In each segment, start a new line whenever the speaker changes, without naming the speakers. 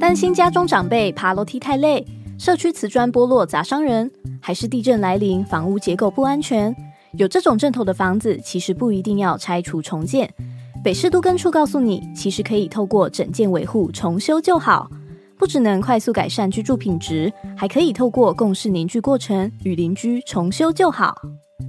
担心家中长辈爬楼梯太累，社区瓷砖剥落砸伤人，还是地震来临，房屋结构不安全，有这种阵头的房子，其实不一定要拆除重建。北市都根处告诉你，其实可以透过整建维护重修就好，不只能快速改善居住品质，还可以透过共事凝聚过程与邻居重修就好。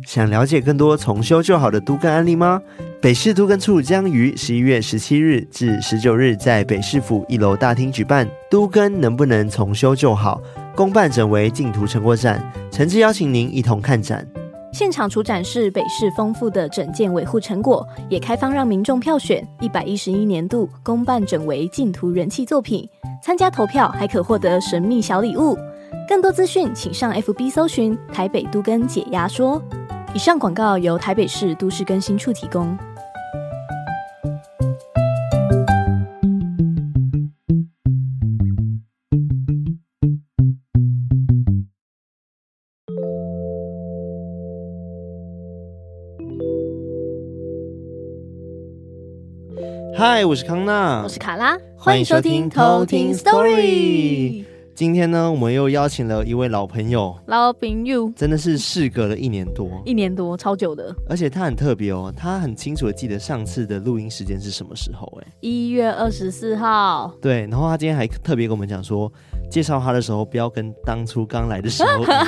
想了解更多重修就好的都更案例吗？北市都更处将于十一月十七日至十九日在北市府一楼大厅举办“都更能不能重修就好”，公办者为净土成果展，诚挚邀请您一同看展。
现场除展示北市丰富的整件维护成果，也开放让民众票选一百一十一年度公办整为净土人气作品。参加投票还可获得神秘小礼物。更多资讯，请上 FB 搜寻“台北都根解压说”。以上广告由台北市都市更新处提供。
嗨，我是康娜
我，是卡拉，
欢迎收听偷听 Story。今天呢，我们又邀请了一位老朋友，
老朋友，
真的是事隔了一年多，
一年多，超久的，
而且他很特别哦，他很清楚的记得上次的录音时间是什么时候，哎。
一月二十四号，
对，然后他今天还特别跟我们讲说，介绍他的时候不要跟当初刚来的时候一样。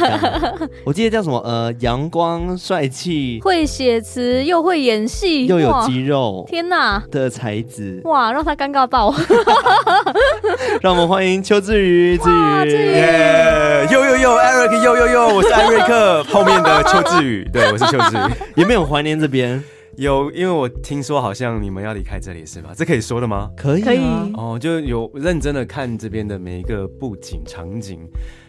我记得叫什么呃，阳光帅气
会写词又会演戏，
又有
哇
肌肉
天哪！
的才子，
哇，让他尴尬爆！
让我们欢迎邱志宇，志
志宇
宇。
耶！呦呦呦，Eric，呦呦呦，我是艾瑞克，后面的邱志宇，对，我是邱志宇。
有没有怀念这边？
有，因为我听说好像你们要离开这里是吧？这可以说的吗？
可以、啊，
可以
哦，就有认真的看这边的每一个布景、场景，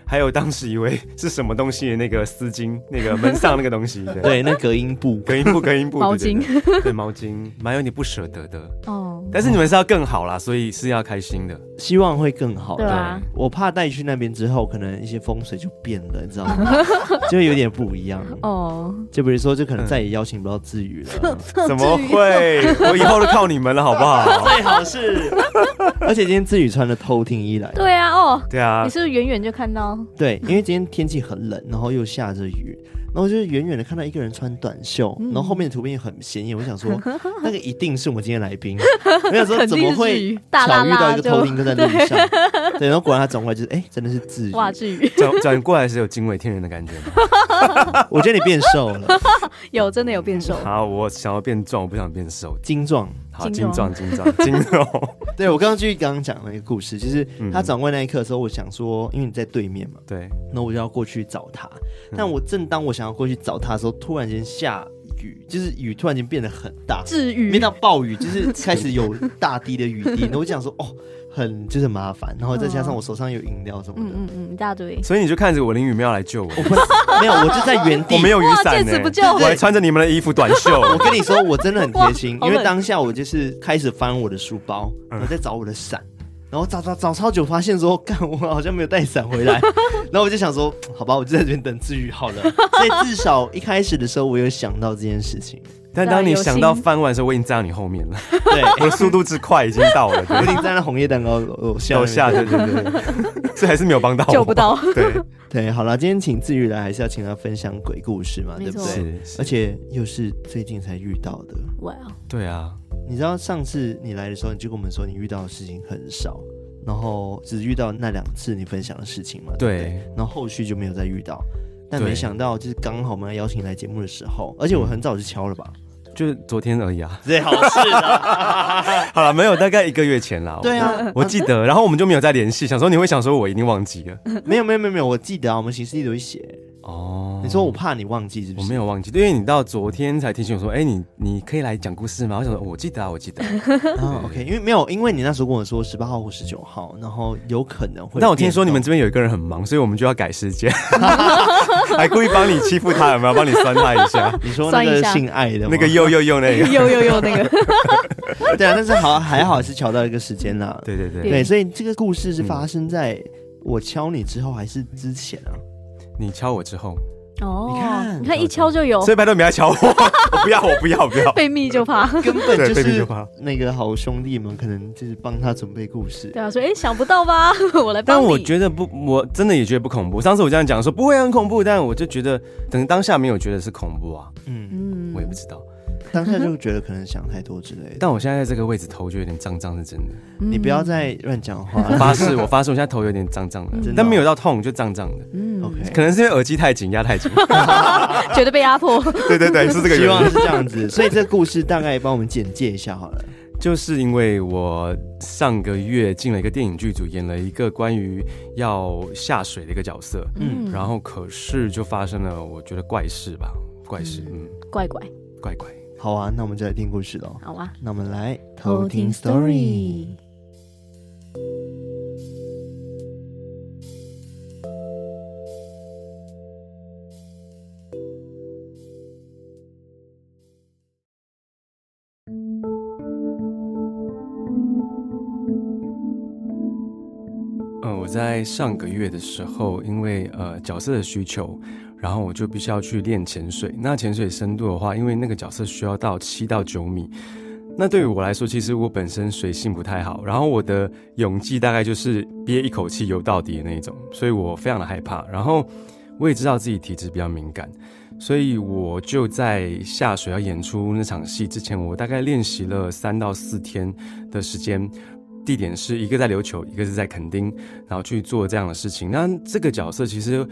还有当时以为是什么东西的那个丝巾、那个门上那个东西，对，
对，那隔音布
隔音布、隔音布、
毛
对对对对毛巾，蛮有点不舍得的。
哦，
但是你们是要更好啦，所以是要开心的。
希望会更好。
对啊，
我怕带去那边之后，可能一些风水就变了，你知道 吗？就有点不一样。
哦，
就比如说，就可能再也邀请不到志宇 了。啊
怎么会？我以后都靠你们了，好不好？
最好是，而且今天志宇穿了偷听衣来，
对啊，哦，
对啊
你，是不是远远就看到？
对，因为今天天气很冷，然后又下着雨，然后就是远远的看到一个人穿短袖，然后后面的图片也很显眼，我想说那个一定是我们今天来宾，啊我想说
肯
怎
定
么
是至
会
于大拉
巧遇到
拉
一个
就
偷听哥在路上？ 对，然后果然他转过来就是，哎、真的是自由。
哇，至于
转转过来是有惊为天人的感觉吗？
我觉得你变瘦了，
有真的有变瘦，
嗯好，我想要变壮，我不想变瘦。
精壮。
好，
精
精
壮
壮，精壮， 精壮。
对我刚刚继续刚刚讲的那个故事，就是他转过来那一刻的时候，我想说，因为你在对面嘛，
对，
那我就要过去找他。但我正当我想要过去找他的时候，突然间下雨，就是雨突然间变得很大，
至
没
于
到暴雨，就是开始有大滴的雨滴，然后我 就想说哦，很就是麻烦，然后再加上我手上有饮料什么
嗯
的，
嗯嗯，一大堆。
所以你就看着我淋雨没有来救我，
我不没有，我就在原地。
我没有雨
哇
伞
见死
呢，
不救
我还穿着你们的衣服短袖。
我跟你说， 我真的很贴心，
哇好
因
冷
为当下我就是开始翻我的书包，
嗯
然后在找我的伞，然后找找找超久，发现说，干，我好像没有带伞回来， 然后我就想说，好吧，我就在这边等治愈 好了。所以至少一开始的时候，我有想到这件事情，
但当你想到翻碗的时候，我已经站到你后面了，
对，
我的速度之快已经到了，
我
对
已经站在红叶蛋糕楼下面
楼下，对对对，对这还是没有帮到 我，
救不到。
对，
对，好了，今天请志宇来，还是要请他分享鬼故事嘛，
没
对不
错
对？
是是，
而且又是最近才遇到的。
哇哦，
对啊，
你知道上次你来的时候，你就跟我们说你遇到的事情很少，然后只遇到那两次你分享的事情嘛，对不对
对
然后后续就没有再遇到。但
对嗯
没想到，就是刚好我们要邀请你来节目的时候，而且我很早就敲了吧？
就是昨天而已啊。
最好 是啦，
好了，没有，大概一个月前啦。我
对， 啊，
我记得，然后我们就没有再联系，想说你会想说我一定忘记了。
没有没有没有没有，我记得啊，我们行事历都会写。
哦，
你说我怕你忘记是不
我
是？
没有忘记，因为你到昨天才提醒我说，哎、你你可以来讲故事吗？我想说，哦我记得啊，我记得啊、
啊，OK，因为没有，因为你那时候跟我说十八号或十九号，然后有可能会。，
但我听说你们这边有一个人很忙，所以我们就要改时间，还故意帮你欺负他，有没有？帮你酸他一下
你说那
算一
个
下
性爱的吗
那个又又又 那个，
有有有那 个
对啊，但是好还好是瞧到一个时间啦。
对对对，
对，所以这个故事是发生在我敲你之后还是之前啊？
你敲我之后，
哦，
你看
一敲就有
所，以拜托你们要瞧我，我不要，我不要，我不要。
哦 被密就 怕。
根本
对
就
被逼
是
就怕
那个好兄弟们，可能就是帮他准备故事。
对啊，说哎、诶想不到吧， 我来帮
但
你。
我觉得不，我真的也觉得不恐怖。上次我这样讲说不会很恐怖，但我就觉得等当下没有觉得是恐怖啊，
嗯，
嗯
我也不知道。
当下就觉得可能想太多之类的。
但我现在在这个位置头就有点胀胀，是真的。
你不要再乱讲
我
话。
发誓，我发誓，我现在头有点胀胀的
真的哦，
但没有到痛，就胀胀的。
嗯
OK，
可能是因为耳机太紧，压太紧。
觉得被压迫。
对对对，是这个
希
原
望
因。
是这样子。所以这个故事大概也帮我们简介一下好了。
就是因为我上个月进了一个电影剧组，演了一个关于要下水的一个角色，
嗯
然后可是就发生了我觉得怪事吧，怪事，嗯，
怪怪，
怪怪。
好啊，那我们就来听故事喽。
好啊。
那我们来偷听 story。
嗯，我在上个月的时候，因为呃角色的需求，然后我就必须要去练潜水。那潜水深度的话，因为那个角色需要到七到九米。那对于我来说，其实我本身水性不太好，然后我的泳技大概就是憋一口气游到底的那一种，所以我非常的害怕。然后我也知道自己体质比较敏感，所以我就在下水要演出那场戏之前，我大概练习了三到四天的时间。地点是一个在琉球，一个是在垦丁，然后去做这样的事情。那这个角色其实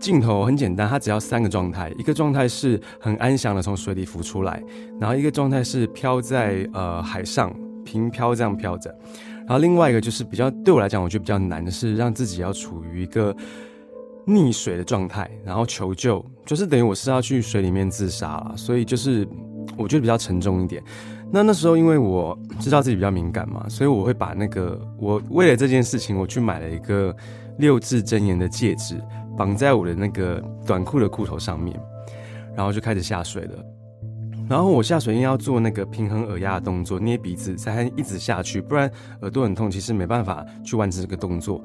镜头很简单，它只要三个状态：一个状态是很安详的从水里浮出来，然后一个状态是飘在呃海上平飘这样飘着，然后另外一个就是比较对我来讲，我觉得比较难的是让自己要处于一个。溺水的状态，然后求救，就是等于我是要去水里面自杀了，所以就是我觉得比较沉重一点。那那时候因为我知道自己比较敏感嘛，所以我会把那个我为了这件事情，我去买了一个六字真言的戒指，绑在我的那个短裤的裤头上面，然后就开始下水了。然后我下水应该要做那个平衡耳压的动作，捏鼻子才能一直下去，不然耳朵很痛，其实没办法去完成这个动作。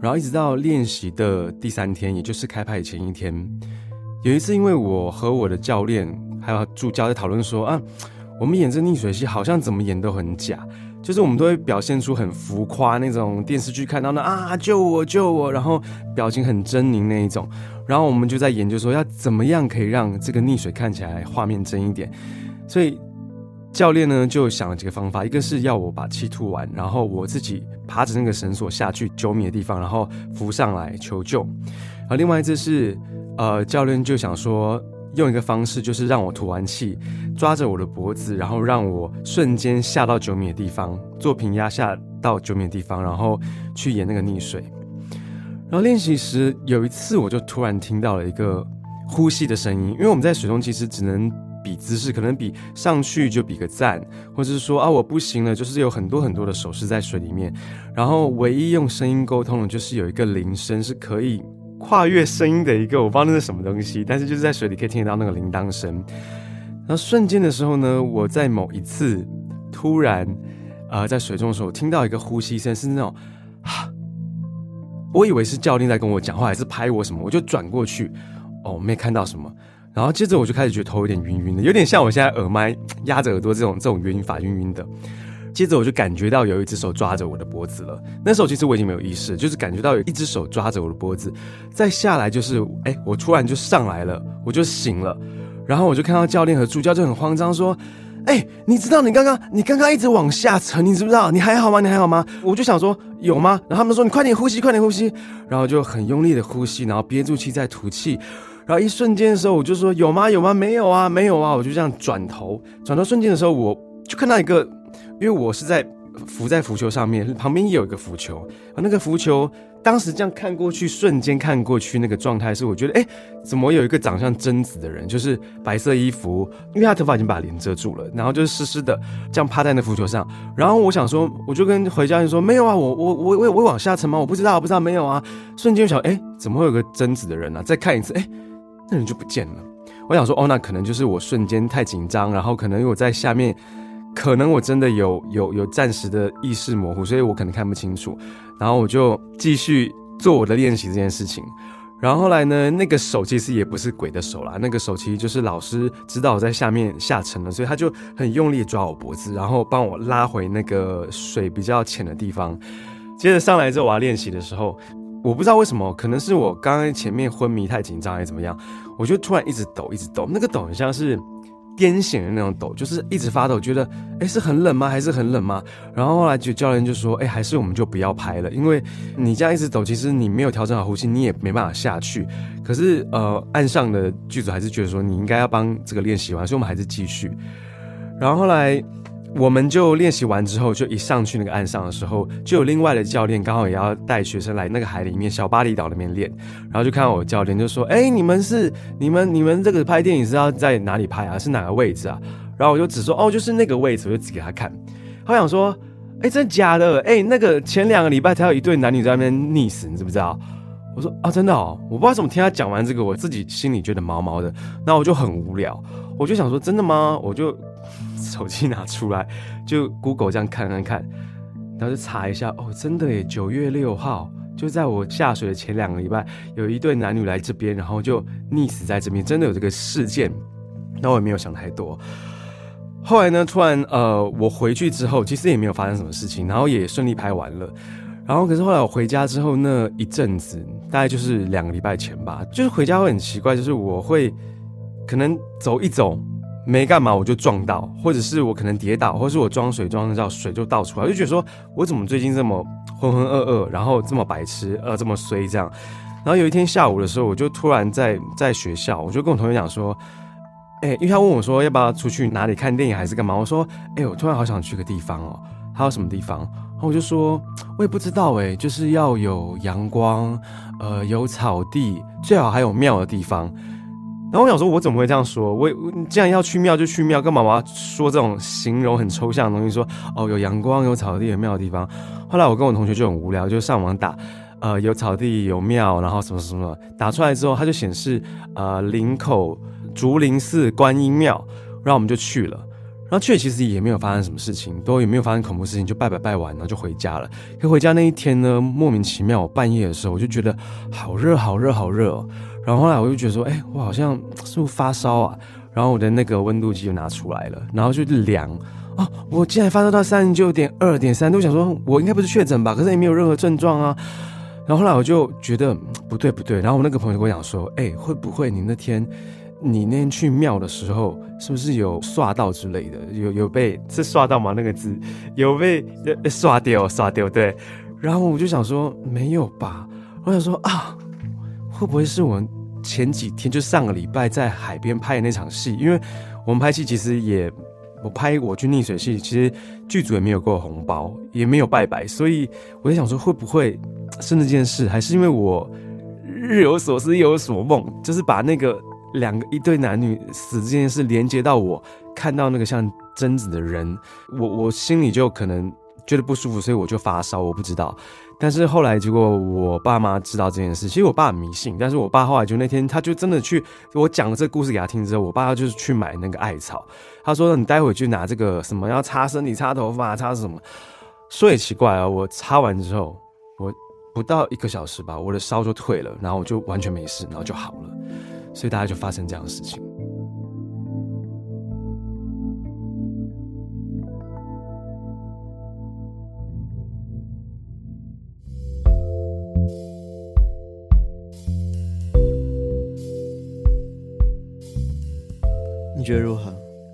然后一直到练习的第三天，也就是开拍前一天，有一次因为我和我的教练还有助教在讨论说啊，我们演这溺水戏好像怎么演都很假，就是我们都会表现出很浮夸那种电视剧看到的啊救我救我，然后表情很狰狞那一种，然后我们就在研究说要怎么样可以让这个溺水看起来画面真一点，所以。教练呢就想了几个方法，一个是要我把气吐完，然后我自己爬着那个绳索下去九米的地方，然后浮上来求救。然后另外一次是，呃，教练就想说用一个方式，就是让我吐完气，抓着我的脖子，然后让我瞬间下到九米的地方，做平压下到九米的地方，然后去演那个溺水。然后练习时有一次，我就突然听到了一个呼吸的声音，因为我们在水中其实只能比姿势，可能比上去就比个赞，或者是说啊我不行了，就是有很多很多的手势在水里面，然后唯一用声音沟通的就是有一个铃声是可以。跨越声音的一个，我不知道那是什么东西，但是就是在水里可以听得到那个铃铛声。然后瞬间的时候呢，我在某一次突然，呃，在水中的时候听到一个呼吸声，是那种，啊，我以为是教练在跟我讲话，还是拍我什么，我就转过去，哦，没看到什么。然后接着我就开始觉得头有点晕晕的，有点像我现在耳麦压着耳朵这种这种晕法，晕晕的。接着我就感觉到有一只手抓着我的脖子了，那时候其实我已经没有意识，就是感觉到有一只手抓着我的脖子，再下来就是，哎，我突然就上来了，我就醒了，然后我就看到教练和助教就很慌张说。哎、你知道你刚刚你刚刚一直往下沉，你知不知道？你还好吗？你还好吗？我就想说有吗？然后他们说你快点呼吸，快点呼吸，然后就很用力的呼吸，然后憋住气再吐气，然后一瞬间的时候我就说有吗？有吗？没有啊，没有啊，我就这样转头，转头瞬间的时候我就看到一个，因为我是在浮在浮球上面，旁边也有一个浮球，然后那个浮球当时这样看过去，瞬间看过去那个状态是，我觉得哎，怎么有一个长相贞子的人，就是白色衣服，因为他头发已经把脸遮住了，然后就是湿湿的，这样趴在那浮球上。然后我想说，我就跟回家人说，没有啊，我我我我我往下沉吗？我不知道，不知道，没有啊。瞬间就想，哎，怎么会有个贞子的人呢、啊？再看一次，哎，那人就不见了。我想说，哦，那可能就是我瞬间太紧张，然后可能我在下面，可能我真的有有有暂时的意识模糊，所以我可能看不清楚。然后我就继续做我的练习这件事情。然后后来呢，那个手其实也不是鬼的手啦，那个手其实就是老师知道我在下面下沉了，所以他就很用力地抓我脖子，然后帮我拉回那个水比较浅的地方。接着上来之后，我要练习的时候，我不知道为什么，可能是我刚刚前面昏迷太紧张还是怎么样，我就突然一直抖，一直抖，那个抖很像是癫痫的那种抖，就是一直发抖，觉得哎是很冷吗？还是很冷吗？然后后来就教练就说，哎，还是我们就不要拍了，因为你这样一直抖，其实你没有调整好呼吸，你也没办法下去。可是呃，岸上的剧组还是觉得说你应该要帮这个练习完，所以我们还是继续。然后后来我们就练习完之后，就一上去那个岸上的时候，就有另外的教练刚好也要带学生来那个海里面小巴厘岛那边练，然后就看到我教练就说：“哎，你们是你们你们这个拍电影是要在哪里拍啊？是哪个位置啊？”然后我就只说：“哦，就是那个位置。”我就指给他看，他想说：“哎，真的假的？哎，那个前两个礼拜才有一对男女在那边溺死，你知不知道？”我说啊，真的哦，我不知道怎么听他讲完这个，我自己心里觉得毛毛的，那我就很无聊，我就想说真的吗？我就手机拿出来，就 Google 这样看看看，然后就查一下，哦，真的耶，九月六号，就在我下水的前两个礼拜，有一对男女来这边，然后就溺死在这边，真的有这个事件，那我也没有想太多。后来呢，突然呃，我回去之后，其实也没有发生什么事情，然后也顺利拍完了。然后可是后来我回家之后那一阵子，大概就是两个礼拜前吧，就是回家会很奇怪，就是我会可能走一走没干嘛我就撞到，或者是我可能跌倒，或者是我装水装到水就倒出来，我就觉得说我怎么最近这么浑浑噩噩，然后这么白痴，呃，这么衰这样。然后有一天下午的时候，我就突然在在学校，我就跟我同学讲说，哎、因为他问我说要不要出去哪里看电影还是干嘛，我说，哎、我突然好想去个地方哦，还有什么地方？然后我就说，我也不知道哎、就是要有阳光，呃，有草地，最好还有庙的地方。然后我想说，我怎么会这样说？我我你既然要去庙就去庙，干嘛我要说这种形容很抽象的东西？说哦，有阳光，有草地，有庙的地方。后来我跟我同学就很无聊，就上网打，呃，有草地，有庙，然后什么什么什么，打出来之后，它就显示呃林口竹林寺观音庙，然后我们就去了。然后去了其实也没有发生什么事情，都也没有发生恐怖事情，就拜拜拜完，然后就回家了。可回家那一天呢，莫名其妙，我半夜的时候我就觉得好热，好热，好热哦。然后后来我就觉得说，哎，我好像是不是发烧啊？然后我的那个温度计就拿出来了，然后就量，哦，我竟然发烧到三十九点二点三度，我想说我应该不是确诊吧？可是也没有任何症状啊。然后后来我就觉得嗯不对不对，然后我那个朋友就跟我讲说，哎，会不会你那天你那天去庙的时候，是不是有刷到之类的？有有被是刷到吗？那个字有被呃刷掉刷掉对。然后我就想说没有吧，我想说啊，会不会是我前几天就上个礼拜在海边拍的那场戏？因为我们拍戏其实也，我拍我去溺水戏，其实剧组也没有给我红包，也没有拜拜，所以我在想说会不会是那件事，还是因为我日有所思夜有所梦，就是把那个两个一对男女死这件事连接到我看到那个像贞子的人，我我心里就可能觉得不舒服，所以我就发烧，我不知道。但是后来结果我爸妈知道这件事，其实我爸很迷信，但是我爸后来就那天他就真的去我讲了这个故事给他听之后，我爸就是去买那个艾草，他说你待会去拿这个什么要擦身体、擦头发、擦什么。说也奇怪啊，我擦完之后，我不到一个小时吧，我的烧就退了，然后我就完全没事，然后就好了。所以大家就发生这样的事情。
你觉得如 何？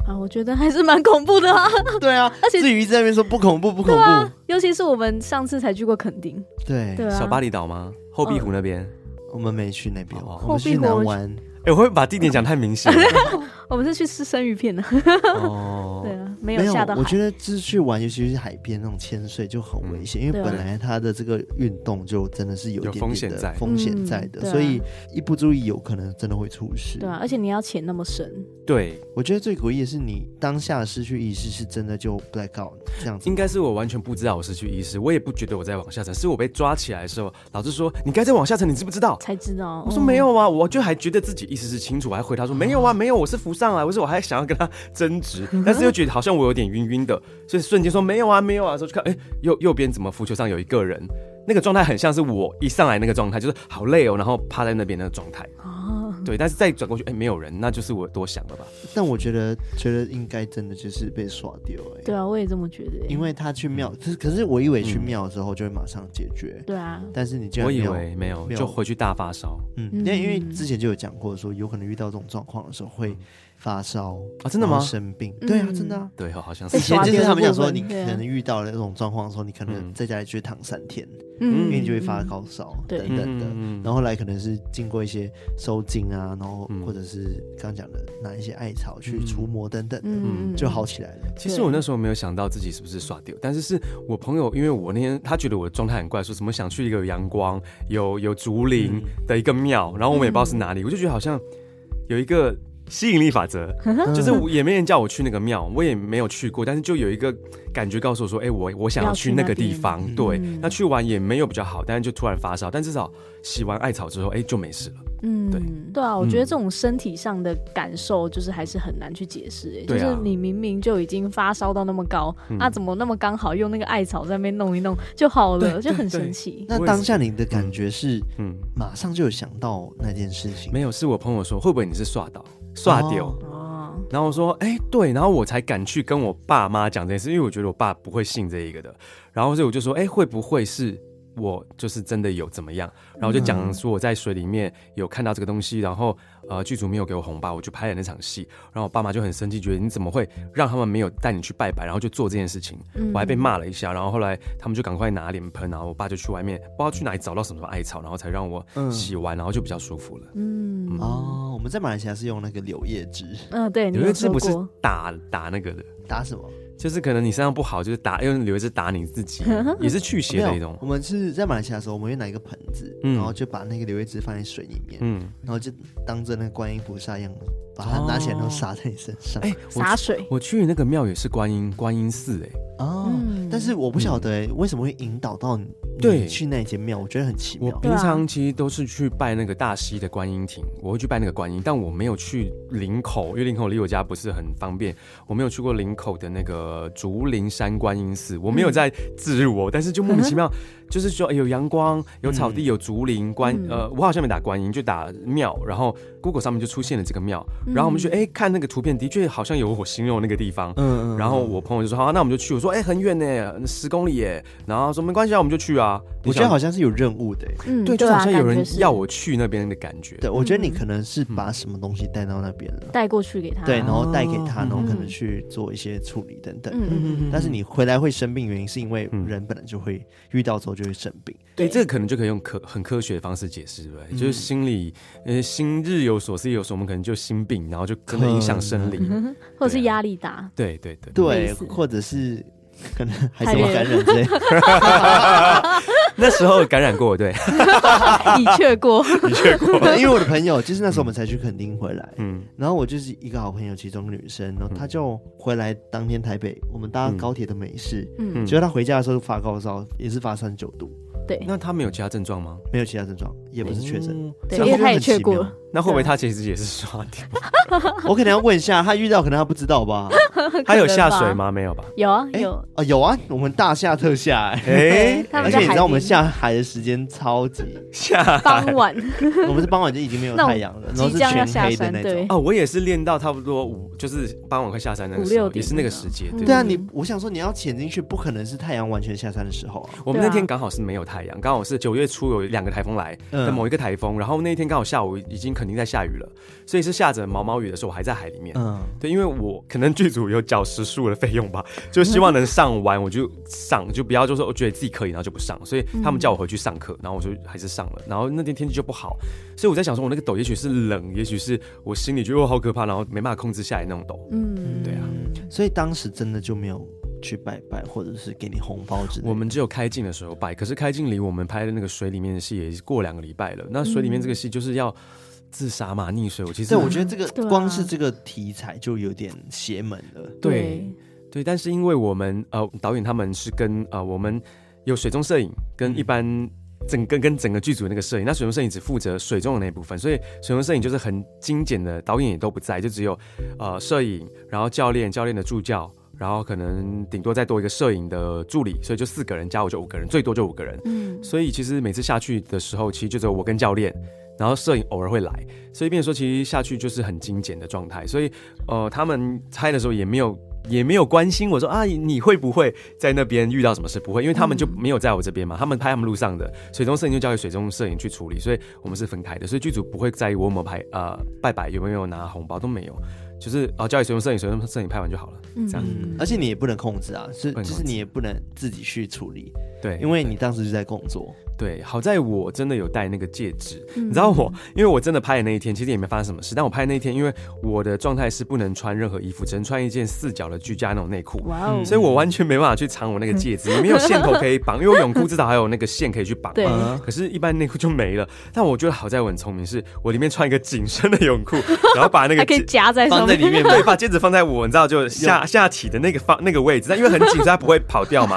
啊，我觉得还是蛮恐怖的啊，
对啊，
而且
至于一直在那边说不恐怖不恐
对啊
怖，，
尤其是我们上次才去过垦丁，
对，
对啊，
哎小巴厘岛吗？后壁湖那边？
我们没去那边，
哦
我们去南湾。
哎、我会不会把地点讲太明显了。
我们是去吃生鱼片的，
哦
对，啊，没
没
有
有
下到，
我
海
觉，得就是去玩，尤其是海边那种潜水就很危险，因为
对啊
本来它的这个运动就真的是有一
嗯有
点
风
点
险
的
在
风险在的，
嗯对啊
所以一不注意有可能真的会出事。
对啊，而且你要潜那么深，
对，
我觉得最诡异的是你当下失去意识，是真的就 black out 这 样子
应。该是我完全不知道我失去意识，我也不觉得我在往下沉，是我被抓起来的时候，老师说你该在往下沉，你知不知道？
才知道，
我说
嗯
没
哦
有啊，我就还觉得自己意识是清楚，我还回答说没有啊，没有，我是浮上来，我是我还想要跟他 争执，
嗯
但是又觉得好像我有点晕晕的，所以瞬间说没有啊，没有啊，的时候就看，哎，右右边怎么浮球上有一个人，那个状态很像是我一上来那个状态，就是好累哦，然后趴在那边那个状态。
哦，
对，但是再转过去，哎、没有人，那就是我多想了吧？
但我觉得，觉得应该真的就是被耍丢哎、
对啊，我也这么觉得耶。
因为他去庙，可是可是我以为去
嗯
庙的时候就会马上解决，
对啊，
但是你竟然
我
没
以
有，
为没有，
没有
就回去大发烧
嗯，
嗯
因为因为之前就有讲过说，有可能遇到这种状况的时候会发烧，
啊！嗯真的吗
然后？生病，
嗯
对啊，真的啊。
对，好像
被
以
是
前
刷
就是
掉
他们
的
讲
部
说，
分
你可
对啊
能遇到了那种状况的时候，你可能
嗯
在家里去躺三天，
嗯
因为你就会发高烧啊
对
等
嗯
等的。
嗯
然后后来可能是经过一些收精啊，然后
嗯
或者是刚讲的拿一些艾草去
嗯
除魔等等的，
嗯
就好起来了。
其实
对
我那时候没有想到自己是不是耍丢，但是是我朋友，因为我那天他觉得我的状态很怪，说什么想去一个有阳光、有有竹林的一个庙，然后我们也不知道是哪里，我就觉得好像有一个吸引力法则，就是我也没人叫我去那个庙，我也没有去过，但是就有一个感觉告诉我说，哎、我我想要去那个地方，
要去那边
对，
嗯
那去完也没有比较好，但是就突然发烧，但至少洗完艾草之后，哎、就没事了。
嗯，
对
对啊，我
嗯
觉得这种身体上的感受，就是还是很难去解释、欸。就
对啊嗯
是你明明就已经发烧到那么高，那、怎么那么刚好用那个艾草在那边弄一弄就好了，
对
就很
对
神
对
奇。
那
我也
当
是
下你的感觉是
嗯，
马上就有想到那件事情，
没有，是我朋友说会不会你是耍到耍丢。
哦
哦，
然后我说，哎、对，然后我才敢去跟我爸妈讲这件事，因为我觉得我爸不会信这一个的。然后所以我就说，哎、会不会是我就是真的有怎么样？然后我就讲说我在水里面有看到这个东西，然后呃剧组没有给我红包，我就拍了那场戏。然后我爸妈就很生气，觉得你怎么会让他们没有带你去拜拜，然后就做这件事情？
嗯
我还被骂了一下，然后后来他们就赶快拿脸盆，然后我爸就去外面不知道去哪里找到什么艾草，然后才让我
嗯
洗完，然后就比较舒服了。
嗯，
哦，我们在马来西亚是用那个柳叶汁
嗯、对，你
有一
说
次
过，
不是打打那个的。
打什么？
就是可能你身上不好，就是打用留着打你 自己，也是
哦
去
没
邪的一
有
种，
我。们是在马来西亚的时候，我们会拿一个盆子，
嗯
然后就把那个柳叶汁放在水里面，
嗯，
然后就当着那个观音菩萨一样，把它拿起来然后洒在你身上。
哎、
洒
我
水，
我去那个庙也是观音观音寺、哎，
哦，
嗯
但是我不晓得哎、为什么会引导到你
嗯对
你去那间庙，我觉得很奇
我
妙。
对啊
平常其实都是去拜那个大溪的观音亭，我会去拜那个观音，但我没有去林口，因为林口离我家不是很方便，我没有去过林口的那个竹林山观音寺，我没有在自日
嗯
我，但是就莫名 其妙，就是说、哎有阳光、有草地、有竹林观，
嗯
呃，我好像没打观音，就打庙，然后 Google 上面就出现了这个庙，然后我们
嗯
就哎、看那个图片，的确好像有我形容的那个地方，
嗯
然后我朋友就说：“好、啊，那我们就去。”我说：“哎、很远呢，十公里耶。”然后他说：“没关系啊，我们就去啊。”
我觉得好像是有任务的、哎
嗯，
对，就
啊
好像有
感觉
人
是
要我去那边的感觉。
对，我觉得
嗯
你可能是把什么东西带到那边了，
带过去给他，
对，然后带给他，
哦
然后可能
嗯
去做一些处理等等。
嗯嗯嗯，
但是你回来会生病，原因是因为
嗯
人本来就会遇到之后就会生病。
对，这个可能就可以用科很科学的方式解释，对不对？就是心理，呃，心日有所思，夜有所梦，可能就心病，然后就真的影响生
嗯
理。
或者是
对啊
压力大，
对对对。
对
类似，
或者是 可能还
太
是会
累
感染之 类的。
那时候感染过，对，啊
已确过，
对因为我的朋友就是那时候我们才去垦丁回来，
嗯
然后我就是一个好朋友，其中一个女生，然后她就回来当天台北，我们搭高铁都没事，
嗯，
嗯
结果她回家的时候发高烧，也是发三十九度，
对，
那他没有其他症状吗？
没有其他症状，也不是确诊。
哦
嗯对，
这
因为
样就
他也
很奇
确过
妙
了，
那会不会他其实也是刷 掉？
我可能要问一下，她遇到可能她不知道吧？
他有下水吗？没有吧？
有啊
哎
有，
啊，有啊，我们大下特下、哎
哎、
对他
而
们在
且你知
海
道我们
边
下海的时间超级，
下
傍晚
我们是傍晚就已经没 有
那种
太阳了，然后
即
是
将要
全
下
黑的
山，
那
对
种。
哦，我也是练到差不多五，就是傍晚快下山那个
五
时
六
候，
点
也是那个时节。
那
对，
对啊，
嗯
你我想说你要潜进去，不可能是太阳完全下山的时候啊。
我们
对啊
那天刚好是没有太阳，刚好是九月初有两个台风来，
嗯
的某一个台风，然后那一天刚好下午已经肯定在下雨了，所以是下着毛毛雨的时候，我还在海里面。
嗯，
对，因为我可能剧组有缴时数的费用吧，就希望能上完我就上，就不要就说我哦觉得自己可以，然后就不
嗯
上。所以他们叫我回去上课，然后我就还是上了。然后那天天气就不好，所以我在想说，我那个抖也许是冷，也许是我心里觉得哦我好可怕，然后没办法控制下来那种抖。
嗯，
对啊，
所以当时真的就没有去拜拜，或者是给你红包之类的。
我们只有开镜的时候拜，可是开镜离我们拍的那个水里面的戏也是过两个礼拜了。那水里面这个戏就是要自杀嘛，溺水。我其实
对，我觉得这个
对啊
光是这个题材就有点邪门了。
对对，但是因为我们呃导演他们是跟呃我们有水中摄影跟一般
嗯
整跟跟整个剧组那个摄影，那水中摄影只负责水中的那一部分，所以水中摄影就是很精简的，导演也都不在，就只有呃摄影，然后教练教练的助教。然后可能顶多再多一个摄影的助理，所以就四个人加我就五个人，最多就五个人。
嗯，
所以其实每次下去的时候，其实就只有我跟教练，然后摄影偶尔会来，所以变成说其实下去就是很精简的状态。所以呃，他们拍的时候也没有 也没有关心我说啊，你会不会在那边遇到什么事？不会，因为他们就没有在我这边嘛，他们拍他们路上的，水中摄影就交给水中摄影去处理，所以我们是分开的，所以剧组不会在意我有没有拍呃拜拜有没有拿红包都没有，就是哦交给水中摄影，水中摄影拍完就好了。
嗯
这样
嗯，而且你也不能控制啊，是
不能
就
控
是
制
你也不能自己去处理，
对，
因为你当时就在工作，
对，好在我真的有戴那个戒指，
嗯
你知道我，因为我真的拍的那一天，其实也没发生什么事。但我拍的那一天，因为我的状态是不能穿任何衣服，只能穿一件四角的居家那种内裤，
哇哦
嗯，
所以我完全没办法去藏我那个戒指，也没有线头可以绑，因为我泳裤至少还有那个线可以去绑嘛。
对
嗯
可是，一般内裤就没了。但我觉得好在我很聪明，是我里面穿一个紧身的泳 裤，然后把那个
还可以
戒
夹在上
放在
面，
里面
对，把戒指放在我你知道就下下体的那个方那个位置，但因为很紧，所以它不会跑 掉嘛，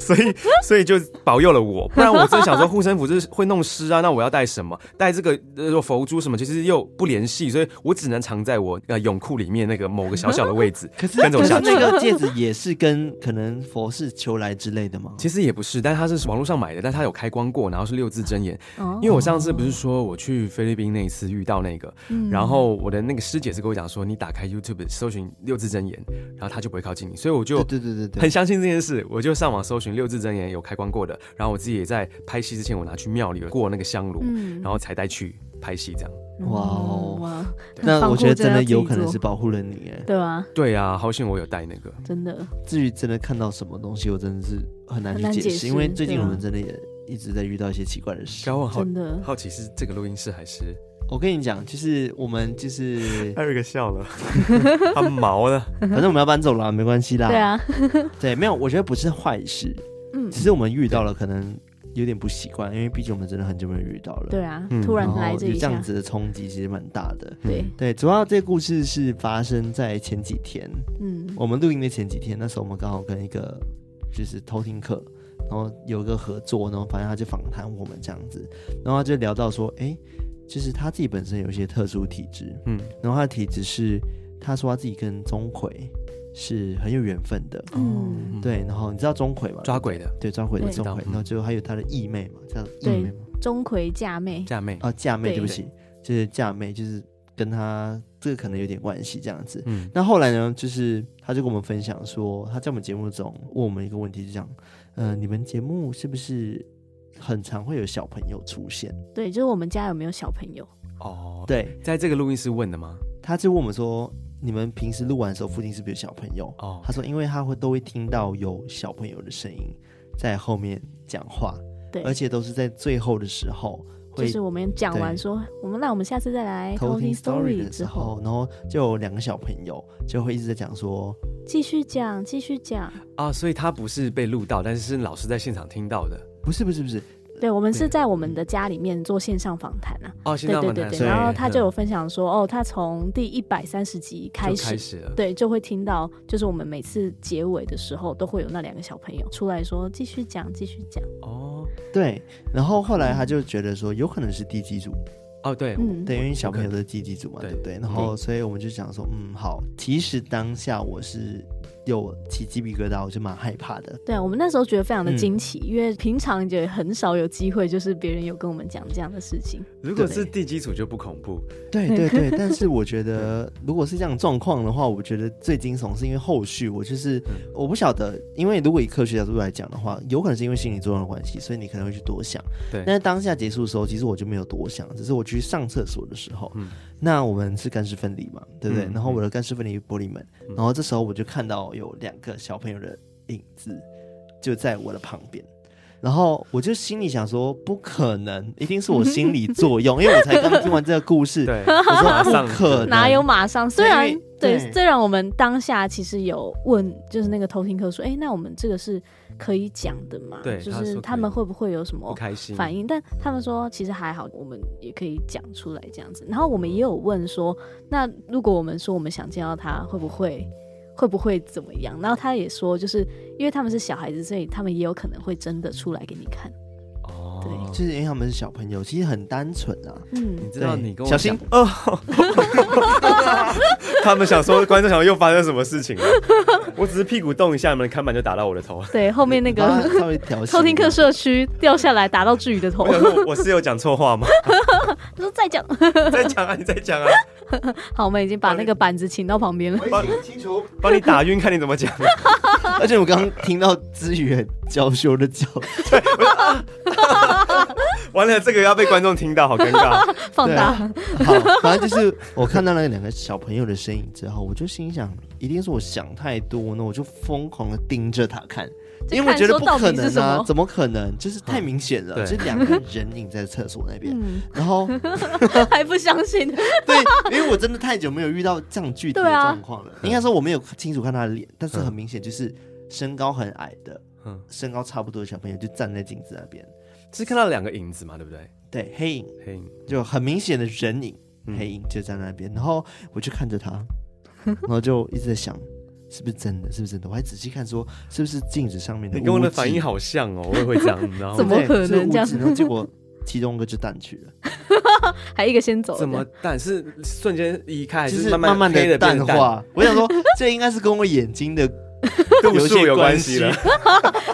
所以所以就保佑了我。不然我真的想说护身符就是会弄湿啊，那我要带什么？带这个呃佛珠什么，其实又不联系，所以我只能藏在我呃泳裤里面那个某个小小的位 置，
可是
跟着我
可是
下去。
那个戒指也是跟可能佛事求来之类的吗？
其实也不是，但它是网络上买的，但它有开光过，然后是六字真言。
哦
因为我上次不是说我去菲律宾那一次遇到那个，
嗯
然后我的那个师姐是跟我讲说，你打开 YouTube 搜寻六字真言，然后他就不会靠近你，所以我就
对对对对对
很，相信这件事，我就上网搜寻六字真言有开光过的，然后我自己也在拍戏之前，我拿去庙里过那个香炉，
嗯
然后才带去拍戏这样。
哇哦
哇，
那我觉得真的有
放过这要
可
自己
能
做
是保护了你哎。
对啊，
对啊，好险我有带那个，
真的，
至于真的看到什么东西，我真的是很难
很
去
难
解
解释
释，因为最近
对啊
我们真的也一直在遇到一些奇怪的事
刚。问好
真的，
好奇是这个录音室还是
我跟你讲，就是我 们就是，
艾瑞克笑了， 他毛了，
反正我们要搬走了，没关系啦。
对，啊，
对，没有，我觉得不是坏事。
嗯
其，实我们遇到了，可能有点不习惯，因为毕竟我们真的很久没有遇到了。
对啊
嗯，
突然
然后
来
有
这一
这样
下，
子的冲击，其实蛮大的。
对，
对，主要这个故事是发生在前几天，
嗯，
哦
我们录音的前几天，那时候我们刚好跟一个就是偷听课，然后有一个合作，然后反正他就访谈我们这样子，然后他就聊到说，哎、就是他自己本身有一些特殊体质，
嗯，
然后他的体质是，他说他自己跟钟馗是很有缘分的，
嗯
嗯
对，然后你知道钟馗吗？
抓鬼的
对抓鬼的
对
钟馗
知道，
然后最后还有他的义妹嘛，叫义
对
妹嘛，
钟馗嫁妹，
嫁妹，
啊嫁妹，
对
对不起，就是嫁妹，就是跟他这个可能有点关系这样子，
嗯
那后来呢，就是他就跟我们分享说，他在我们节目中问我们一个问题，就讲，呃，你们节目是不是很常会有小朋友出现？
对，就是我们家有没有小朋友？
哦，，
对，
在这个录音室问的吗？
他就问我们说，你们平时录完的时候附近是不是有小朋友？
哦
他，说，因为他会都会听到有小朋友的声音在后面讲话，
对，
而且都是在最后的时候
就
会
是我们讲完
对
说，我们那我们下次再来
偷听 story 的时
之
候
后，，
然后就有两个小朋友就会一直在讲说，
继续讲，继续讲。
啊，所以他不是被录到，但是是老师在现场听到的。
不是不是不是，
对，我们
对
是在我们的家里面做线上访谈
嗯
啊。
哦，现
对
在我
对对
们
对，
所以
然后他就有分享说，哦，他从第一百三十集开
嗯就开
始，
始了，
对，就会听到，就是我们每次结尾的时候，都会有那两个小朋友出来说，继续讲，继续讲。
哦
对，然后后来他就觉得说，有可能是地基组。
哦，对，
嗯，
对，因为小
我
朋友
可
都是积极组嘛，对
对
不对？然后，所以我们就想说，嗯，好。其实当下我是有起鸡皮疙瘩，我就蛮害怕的。
对，我们那时候觉得非常的
嗯
惊奇，因为平常也很少有机会，就是别人有跟我们讲这样的事情。
如果是地基础就不恐怖，
对对对，但是我觉 得，如果是这样状况的话，我觉得最惊悚是因为后续我就是
嗯
我不晓得，因为如果以科学角度来讲的话，有可能是因为心理作用的关系，所以你可能会去多想。
对
但是当下结束的时候，其实我就没有多想，只是我去上厕所的时候，
嗯
那我们是干湿分离嘛，对不对？
嗯
然后我的干湿分离玻璃门，
嗯
然后这时候我就看到有两个小朋友的影子就在我的旁边。然后我就心里想说，不可能，一定是我心理作用，因为我才刚听完这个故事，
对，
我
马
说
上
不可能，
哪有马上？虽
对
然对，
对
虽然我们当下其实有问，就是那个偷听客说，哎、那我们这个是可以讲的吗？
对
就
他说
是
可
他
以
们会不会有什
不
么
开心，
反应？但他们说其实还好，我们也可以讲出来这样子。然后我们也有问说，那如果我们说我们想见到他，会不会？会不会怎么样？然后他也说，就是因为他们是小孩子，所以他们也有可能会真的出来给你看。
哦，
对
就是因为他们是小朋友，其实很单纯啊。
嗯
你，知道
对
你跟我
小心
讲
哦，
他们想说，观众想说又发生什么事情了？我只是屁股动一下，你们的看板就打到我的头。
对，后面那
啊
把
个
它稍微调
偷听客社区掉下来打到志宇的头
我，想说，我是有讲错话吗？
他 说再讲，
再讲啊，你再讲啊，
好，我们已经把那个板子请到旁边了。
清楚。
帮你打晕，看你怎么讲。
而且我刚刚听到资源娇羞的叫，
完了，这个要被观众听到，好尴 尬。
哎
放大，
好， 反正就是我看到那两个小朋友的身影之后，我就心想，一定是我想太多呢，我就疯狂的盯着他看，
就
因为我觉得
看说
不
到底
可
是
能
什
啊
么，
怎么可能？就是太明显
嗯
了，
对
就是两个人影在厕所那边，
嗯，
然后 啊
还不相信，
对，因为我真的太久没有遇到这样具体的
对啊
状况了。
嗯
应该说我没有清楚看他的脸，但是很明显就是身高很矮的，
嗯，
身高差不多的小朋友就站在镜子那边，
是看到两个影子嘛，对不对？
对，黑影
黑影，
就很明显的人影，
嗯
黑影就在那边，然后我就看着他， 然后就一直在想。是不是真的？是不是真的？我还仔细看，说是不是镜子上面的？
你跟我的反应，好像哦，我也会这样，你知道
怎
吗？
么可能
是污
这样
渍然后结果其中一个就淡去了，
还一个先走了，
怎么淡？是瞬间移开，
哎
还
就是
慢
慢
黑
的
的
淡化。我想说，这应该是跟我眼睛的
度
一些
数有关
关
系了。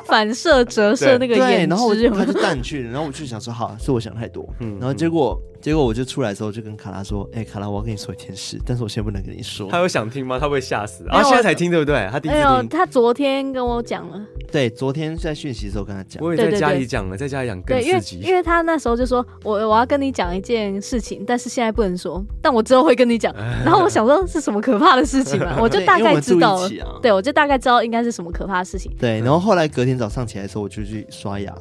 反射折射那个
对，
眼
然后我
汁有没
他
有
就淡去了，然后我就想说，好，是我想太多。
嗯
然后结果，结果我就出来的时候就跟卡拉说，哎、卡拉，我要跟你说一件事，但是我现在不能跟你说
他。有想听吗？他会不会吓死
没
啊！
有
现在才听对不对？他第一次
哎呦，
听，
他昨天跟我讲了，
对，昨天在讯息的时候跟他讲，
我也
对
在
对
家
对
里讲了，在家里讲更
对，因为
刺激
因。为他那时候就说，我我要跟你讲一件事情，但是现在不能说，但我之后会跟你 讲。然后我想说是什么可怕的事情啊嘛，我就
对
大
因为
概
我们
知道
住
了
一起，啊
对我就大概知道应该是什么可怕的事情。
对，然后后来隔天早上起来的时候，我就去刷牙。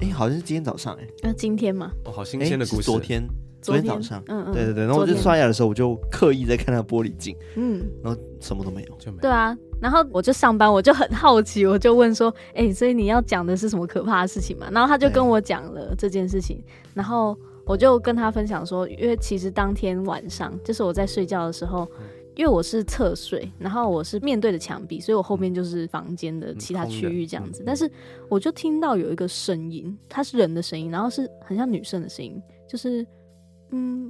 哎、好像是今天早上、哎
那今天嘛，
哦，好新
哎，
鲜的故
是
事。
昨天，
昨
天
天
早上，
嗯嗯，
对对对。然后我
昨
就
天
刷牙的时候，我就刻意在看他的玻璃镜，
嗯，
然后什么都没有。
就没
对啊。然后我就上班，我就很好奇，我就问说：“哎、所以你要讲的是什么可怕的事情嘛？”然后他就
对
跟我讲了这件事情，然后我就跟他分享说，因为其实当天晚上，
嗯
就是我在睡觉的时候，因为我是侧睡，然后我是面对着墙壁，所以我后面就是房间的其他区域这样
嗯
子。但是我就听到有一个声音，它是人的声音，然后是很像女生的声音，就是嗯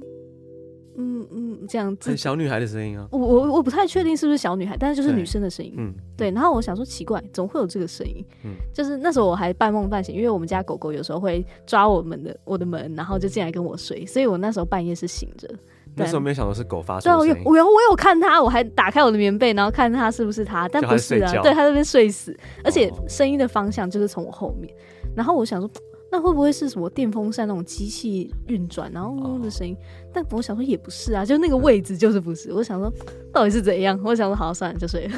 嗯嗯这样子
很。小女孩的声音啊，
我我我不太确定是不是小女孩，但是就是
对
女生的声音。
嗯，
对，然后我想说奇怪，怎么会有这个声音？
嗯
就是那时候我还半梦半醒，因为我们家狗狗有时候会抓我们的我的门，然后就进来跟我睡，所以我那时候半夜是醒着。
那时候没有想到是狗发出
对啊，
的
我有
声音，
我有我有看它，我还打开我的棉被，然后看它是不是它，但
叫
不
它
是
睡
啊，
觉
对，它在那边睡死，而且
哦
声音的方向就是从我后面，然后我想说。那会不会是什么电风扇那种机器运转，然后嗡
哦
嗡的声音？但我想说也不是啊，就那个位置就是不是。我想说到底是怎样？我想说好算了就睡了。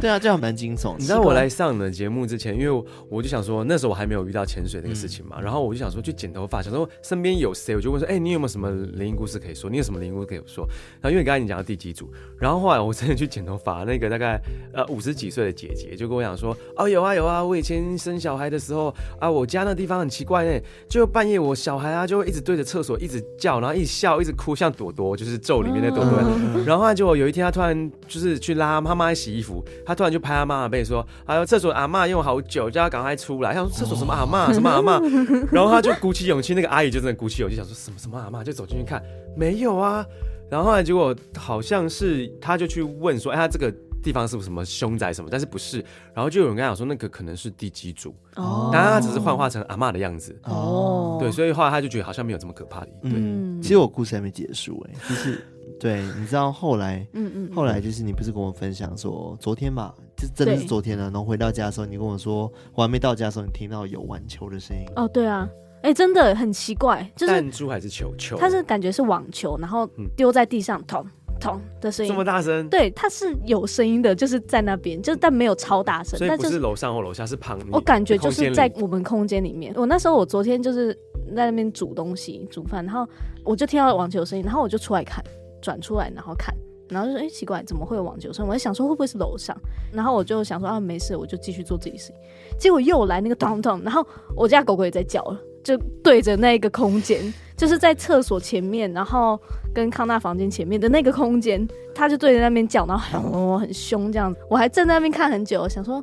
对啊，这样蛮惊 悚的。
你知道我来上你的节目之前，因为我我就想说，那时候我还没有遇到潜水这个事情嘛，然后我就想说去剪头发，想说身边有谁，我就问说，哎、你有没有什么灵异故事可以说？你有什么灵异故事可以说？然后因为刚才你讲到第几组，然后后来我真的去剪头发，那个大概呃五十几岁的姐姐就跟我讲说，哦有啊有啊，我以前生小孩的时候啊，我家那地方很奇怪呢，就半夜我小孩啊就会一直对着厕所一直叫，然后一直笑一直哭，像朵朵就是咒里面的朵
哦嗯
朵。然后后来结果有一天，他突然就是去拉他妈在洗衣服，他突然就拍他妈的背说：“哎呦，厕所阿嬷用好久，叫他赶快出来。”他说：“厕所什么阿嬷，什么阿嬷？” 然后他就鼓起勇气，那个阿姨就真的鼓起勇气想说什么什么阿嬷，就走进去看，没有啊。然后后来结果好像是他就去问说：“哎，他这个地方是不是什么凶宅什么？”但是不是？然后就有人跟他讲说那个可能是地基主，
哦
但他只是幻化成阿嬷的样子。
哦，
对，所以后来他就觉得好像没有这么可怕的。对，
嗯，
嗯
其实我故事还没结束哎、就是对，你知道后来
嗯嗯嗯，
后来就是你不是跟我分享说，昨天吧，这真的是昨天了、啊然后回到家的时候，你跟我说，我还没到家的时候，你听到有玩球的声音。
哦，对啊，哎、真的很奇怪，就是
弹珠还是球球，
它是感觉是网球，然后
嗯
丢在地上，咚咚的声
这么
音。
大声。
对，它是有声音的，就是在那边，就但没有超大声，
所以
但
不
就是
楼上或楼下，是旁。
我感觉就
空间
是
里
在我们空间里面。我那时候我昨天就是在那边煮东西煮饭，然后我就听到网球的声音，然后我就出来看，转出来然后看，然后就说哎、诶奇怪，怎么会有网球声？我在想说会不会是楼上，然后我就想说啊没事，我就继续做自己事情。结果又来那个咚咚，然后我家狗狗也在叫了，就对着那个空间，就是在厕所前面，然后跟康纳房间前面的那个空间，它就对着那边叫，然后很很凶这样子。我还站在那边看很久，想说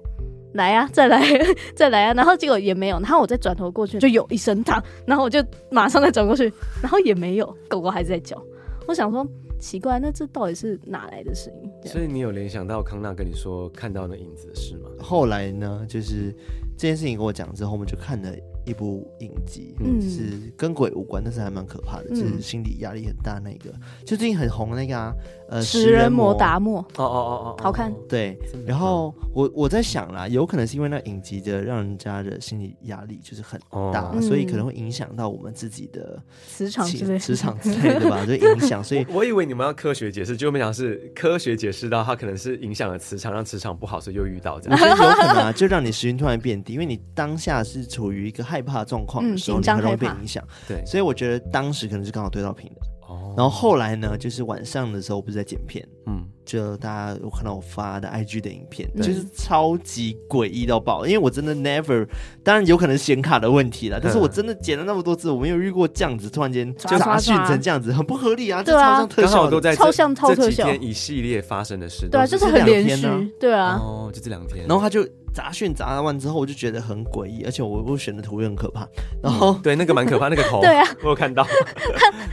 来啊，再来， 再来啊！然后结果也没有，然后我再转头过去就有一声烫，然后我就马上再转过去，然后也没有，狗狗还是在叫。我想说奇怪，那这到底是哪来的声音？这样
所以你有联想到康纳跟你说看到那影子的事吗？
后来呢，就是这件事情跟我讲之后，我们就看了一部影集，
嗯
就是跟鬼无关，但是还蛮可怕的，
嗯
就是心理压力很大那个，就最近很红那个啊，呃，
食人魔达莫，
哦哦哦哦，
好看
对，然后我我在想啦，有可能是因为那影集的让人家的心理压力就是很大，
哦
所以可能会影响到我们自己的
磁场之
情
类的，
磁场之类的吧，就影响，所以
我以为你们要科学解释，结果没想到是科学解释到它可能是影响了磁场，让磁场不好，所以又遇到这
我
样。
觉得有可能啊，就让你时运突然变低，因为你当下是处于一个害怕的状况的
嗯
时候，
紧
你
张
很容易
害
被
怕
影响。
对
所以我觉得当时可能是刚好对到频的。
哦
然后后来呢，就是晚上的时候，我不是在剪片，
嗯，
就大家有看到我发的 IG 的影片，
对
就是超级诡异到爆。因为我真的 never，当然有可能显卡的问题啦，但是我真的剪了那么多次，我没有遇过这样子突然间
抓
杂
抓
讯
抓
成这样子，很不合理啊，这
对啊
超像特
刚
效
好
的
都在
超
这
像超
这
特
几
效
天一系列发生的事都。
对啊，就是很连续，
这两天
对啊，
哦，就这两天。
然后他就杂讯砸完之后，我就觉得很诡异，而且我我选的图也很可怕。然后、
对那个蛮可怕，那个 头。
对啊，
我有看到。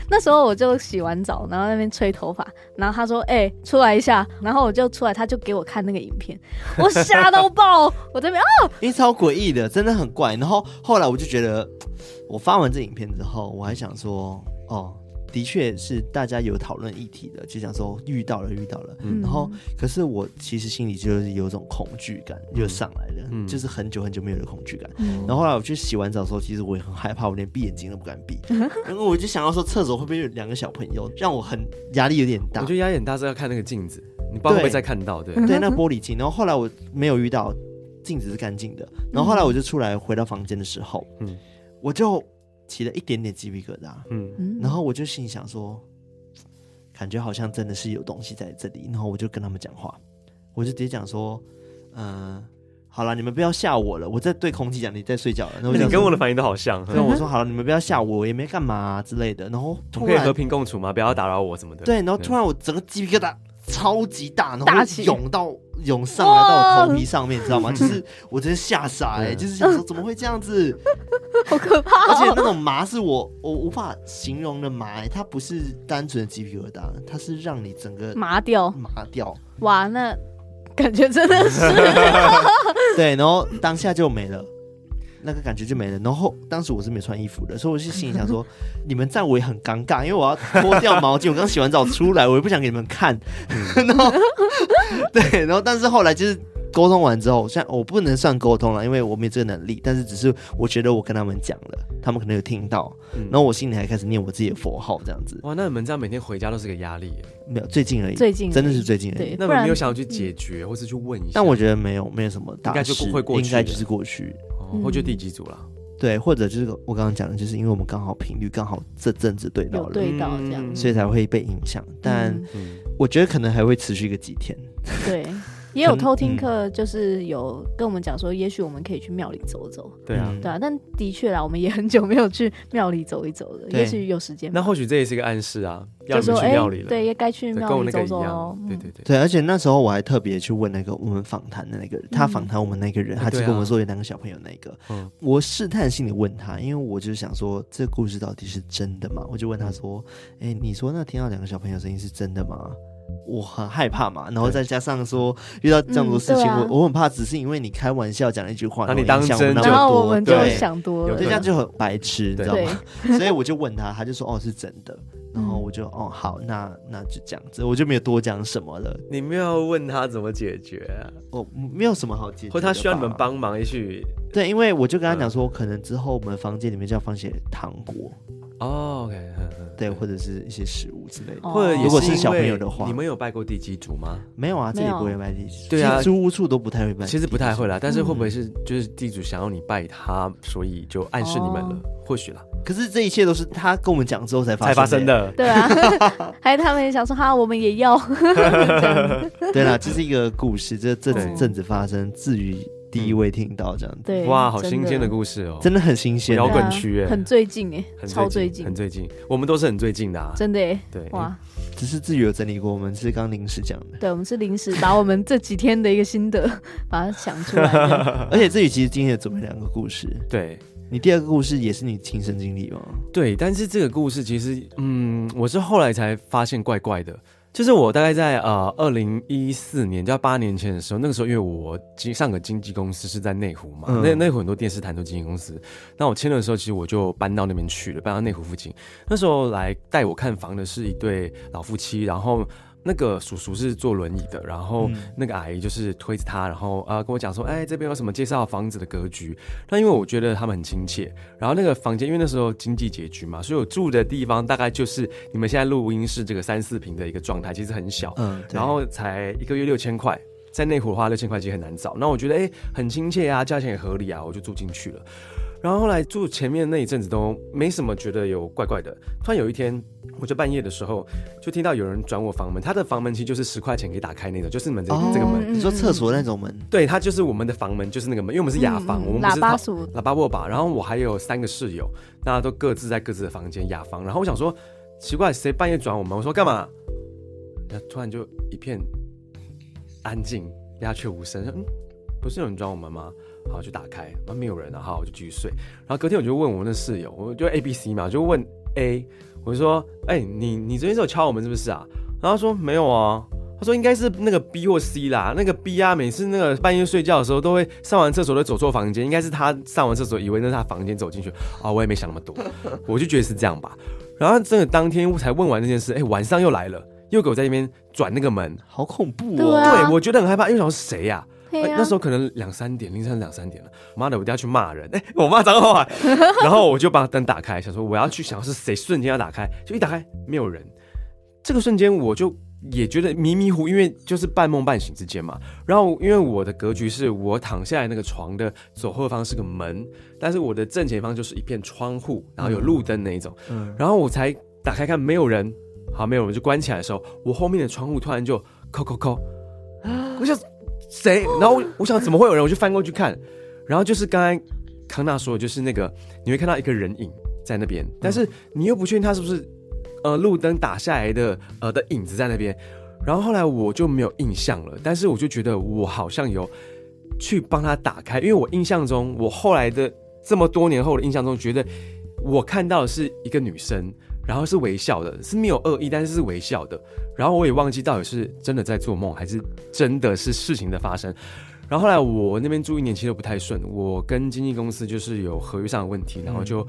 那时候我就洗完澡，然后在那边吹头发，然后他说：“哎、出来一下。”然后我就出来，他就给我看那个影 片，我吓到爆！我这边啊，
因为超诡异的，真的很怪。然后后来我就觉得，我发完这影片之后，我还想说，哦，的确是大家有讨论议题的，就想说遇到了遇到了。
嗯
然后，可是我其实心里就是有种恐惧感又上来了，
嗯
就是很久很久没有的恐惧感。
嗯
然后后来我去洗完澡的时候，其实我也很害怕，我连闭眼睛都不敢 闭，因为我就想要说厕所会不会有两个小朋友，让我很压力有点
我
大
觉。得压力很大是要看那个镜子，你不知道会不会再看到，对。
对，那玻璃镜。然后后来我没有遇到，镜子是干净的。然后后来我就出来回到房间的时候，
嗯
我就起了一点点鸡皮疙瘩，
嗯，
嗯
然后我就心里想说，感觉好像真的是有东西在这里。然后我就跟他们讲话，我就直接讲说，嗯、好了，你们不要吓我了，我在对空气讲你在睡觉了。然后我就
你
讲
跟我
说
的反应都好像。嗯
对，
嗯
我说好了，你们不要吓我，我也没干嘛啊、之类的。然后
我
突
们可以
然
和平共处吗？不要打扰我什么的。
对，然后突然我整个鸡皮疙瘩超级大，然后
大
就
起
涌到涌上来到我头
哇
皮上面，你知 道吗？就是我真的吓傻哎、
嗯
就是想说怎么会这样子？
好可怕、
而且
哦！
那种麻是我我无法形容的麻、欸，它不是单纯的鸡皮疙瘩，它是让你整个
麻掉，
麻掉。
哇，那感觉真的是，
对，然后当下就没了。那个感觉就没了，然后当时我是没穿衣服的，所以我就心里想 说，你们站我也很尴尬，因为我要脱掉毛巾，我刚洗完澡出来，我也不想给你们看。
嗯
然后，对，然后但是后来就是沟通完之后，虽然我不能算沟通了，因为我没这个能力，但是只是我觉得我跟他们讲了，他们可能有听到，
嗯
然后我心里还开始念我自己的佛号，这样子，
哇，那你们这样每天回家都是个压力耶，
没有最近而已，
最近
真的是最近而已
对，。不
那你们
然嗯
没有想要去解决，或是去问一下？
但我觉得没有没有什么大
应该就
事，
会过去
应该
的
就是过去。
嗯
哦或就第几组了？
对，或者就是我刚刚讲的，就是因为我们刚好频率刚好这阵子对到
有
了，
对到这样，
嗯
所以才会被影响。但
嗯
嗯，
我觉得可能还会持续个几天。
对，也有偷
嗯
听课，就是有跟我们讲说，也许我们可以去庙里走走，
对啊。
嗯
对啊，但的确啦，我们也很久没有去庙里走一走了，
对
也许有时间吧。
那或许这也是一个暗示啊，要
就
你
说
们去
哎、
庙里了。
对，也该去
对，跟
庙
我
里
那个
走
一
走
样
哦。。
对
嗯
对对。
对，而且那时候我还特别去问那个我们访谈的那个人，
嗯
他访谈我们那个人，
啊
他就
对啊
跟我说有两个小朋友那个，
嗯
我试探性的问他，因为我就是想说这故事到底是真的吗？我就问他说，
嗯
哎、你说那听到两个小朋友声音是真的吗？我很害怕嘛，然后
对
再加上说遇到这样多事情，
嗯对啊
我我很怕，只是因为你开玩笑讲了一句话，
把你
然后影响我
当真就
然
那么
后
多
我们就
对
想多
有
了，
对，这样就很白痴，你知道
对
吗？所以我就问他，他就说哦是真的，然后我就哦好，那那就这样子，我就没有多讲什么了，
你们要问他怎么解决啊，
我没有什么好解决，
或他需要你们，帮嗯忙，也许
对，因为我就跟他讲说，可能之后我们房间里面就要放些糖果，
哦，OK，嗯嗯
对，或者是一些食物之类的，
哦
或者也
如果是
因为
小朋友的话
你们有拜过地基主吗？
没有啊，这里
没有
不会卖地，
对
其
啊
实租屋处都不太会卖，
其实不太会啦，但是
嗯
会不会是就是地主想要你拜他，所以就暗示你们了？
哦
或许啦，
可是这一切都是他跟我们讲之后才发
才发生
的，
的。
对啊， 还有他们也想说哈，我们也要，
对啦，这是一个故事，这这
对
阵子发生，至于第
嗯
一位听到这样子，
对，
哇，好
真
新鲜的故事哦，
真的很新鲜。
摇
对啊
滚区耶
很最近哎、
很
超最
近，很最近，我们都是很最近的啊。
真的哎、
对，
哇，
只是自己有整理过，我们是刚临时讲的。
对，我们是临时把我们这几天的一个心得把它想出 来的，
嗯
而且自己其实今天也准备两个故事，
对
你第二个故事也是你亲身经历吗？
对，但是这个故事其实，嗯，我是后来才发现怪怪的。就是我大概在呃二零一四年，就要八年前的时候，那个时候因为我经上个经纪公司是在内湖嘛，
嗯
那那会很多电视台都经纪公司。那我签的时候，其实我就搬到那边去了，搬到内湖附近。那时候来带我看房的是一对老夫妻，然后那个叔叔是坐轮椅的，然后那个阿姨就是推着他，然后啊、呃跟我讲说，哎，这边有什么介绍房子的格局。那因为我觉得他们很亲切，然后那个房间，因为那时候经济拮据嘛，所以我住的地方大概就是你们现在录音室这个三四平的一个状态，其实很小。
嗯，对
然后才一个月六千块，在内湖的话六千块其实很难找。那我觉得哎、诶很亲切啊，价钱也合理啊，我就住进去了。然后后来住前面那一阵子都没什么觉得有怪怪的，突然有一天，我就半夜的时候就听到有人转我房门，他的房门其实就是十块钱可以打开那种，就是你们这、
哦
这个
嗯
门，
你说厕所那种门，
对，他就是我们的房门，就是那个门，因为我们是雅房，
嗯嗯
我们不
喇
是
叭
套
锁，
喇叭握把，然后我还有三个室友，大家都各自在各自的房间雅房。然后我想说，奇怪，谁半夜转我们？我说干嘛？然后突然就一片安静，鸦雀无声。嗯，不是有人转我们吗？好，就打开，然后没有人啊，好，我就继续睡。然后隔天我就问我那室友，我就 A、B、C 嘛，我就问 A，我就说，哎、你你昨天是有敲我们是不是啊？然后他说没有啊，他说应该是那个 B 或 C 啦，那个 B 啊，每次那个半夜睡觉的时候都会上完厕所都走错房间，应该是他上完厕所以为那是他房间走进去，啊，我也没想那么多，我就觉得是这样吧。然后真的当天才问完这件事，哎，晚上又来了，又给我在那边转那个门，
好恐怖
对
哦！
啊
对我觉得很害怕，因为我想说谁呀、
对
哎
啊，
那时候可能两三点，凌晨两三点了，妈的，我一定要去骂人！哎、我骂脏话， 然后我就把灯打开，想说我要去想是谁，瞬间要打开，就一打开没有人，这个瞬间我就也觉得迷迷糊，因为就是半梦半醒之间嘛。然后因为我的格局是我躺下来那个床的左后方是个门，但是我的正前方就是一片窗户，然后有路灯那一种，
嗯
然后我才打开看没有人，好没有人就关起来的时候，我后面的窗户突然就扣扣扣， 我想谁？然后我我想怎么会有人？我就翻过去看，然后就是刚才康纳说的，就是那个你会看到一个人影在那边，但是你又不确定他是不是呃路灯打下来的呃的影子在那边。然后后来我就没有印象了，但是我就觉得我好像有去帮他打开，因为我印象中，我后来的这么多年后的印象中，觉得我看到的是一个女生，然后是微笑的，是没有恶意，但是是微笑的。然后我也忘记到底是真的在做梦，还是真的是事情的发生。然后后来我那边住一年其实都不太顺，我跟经纪公司就是有合约上的问题，然后就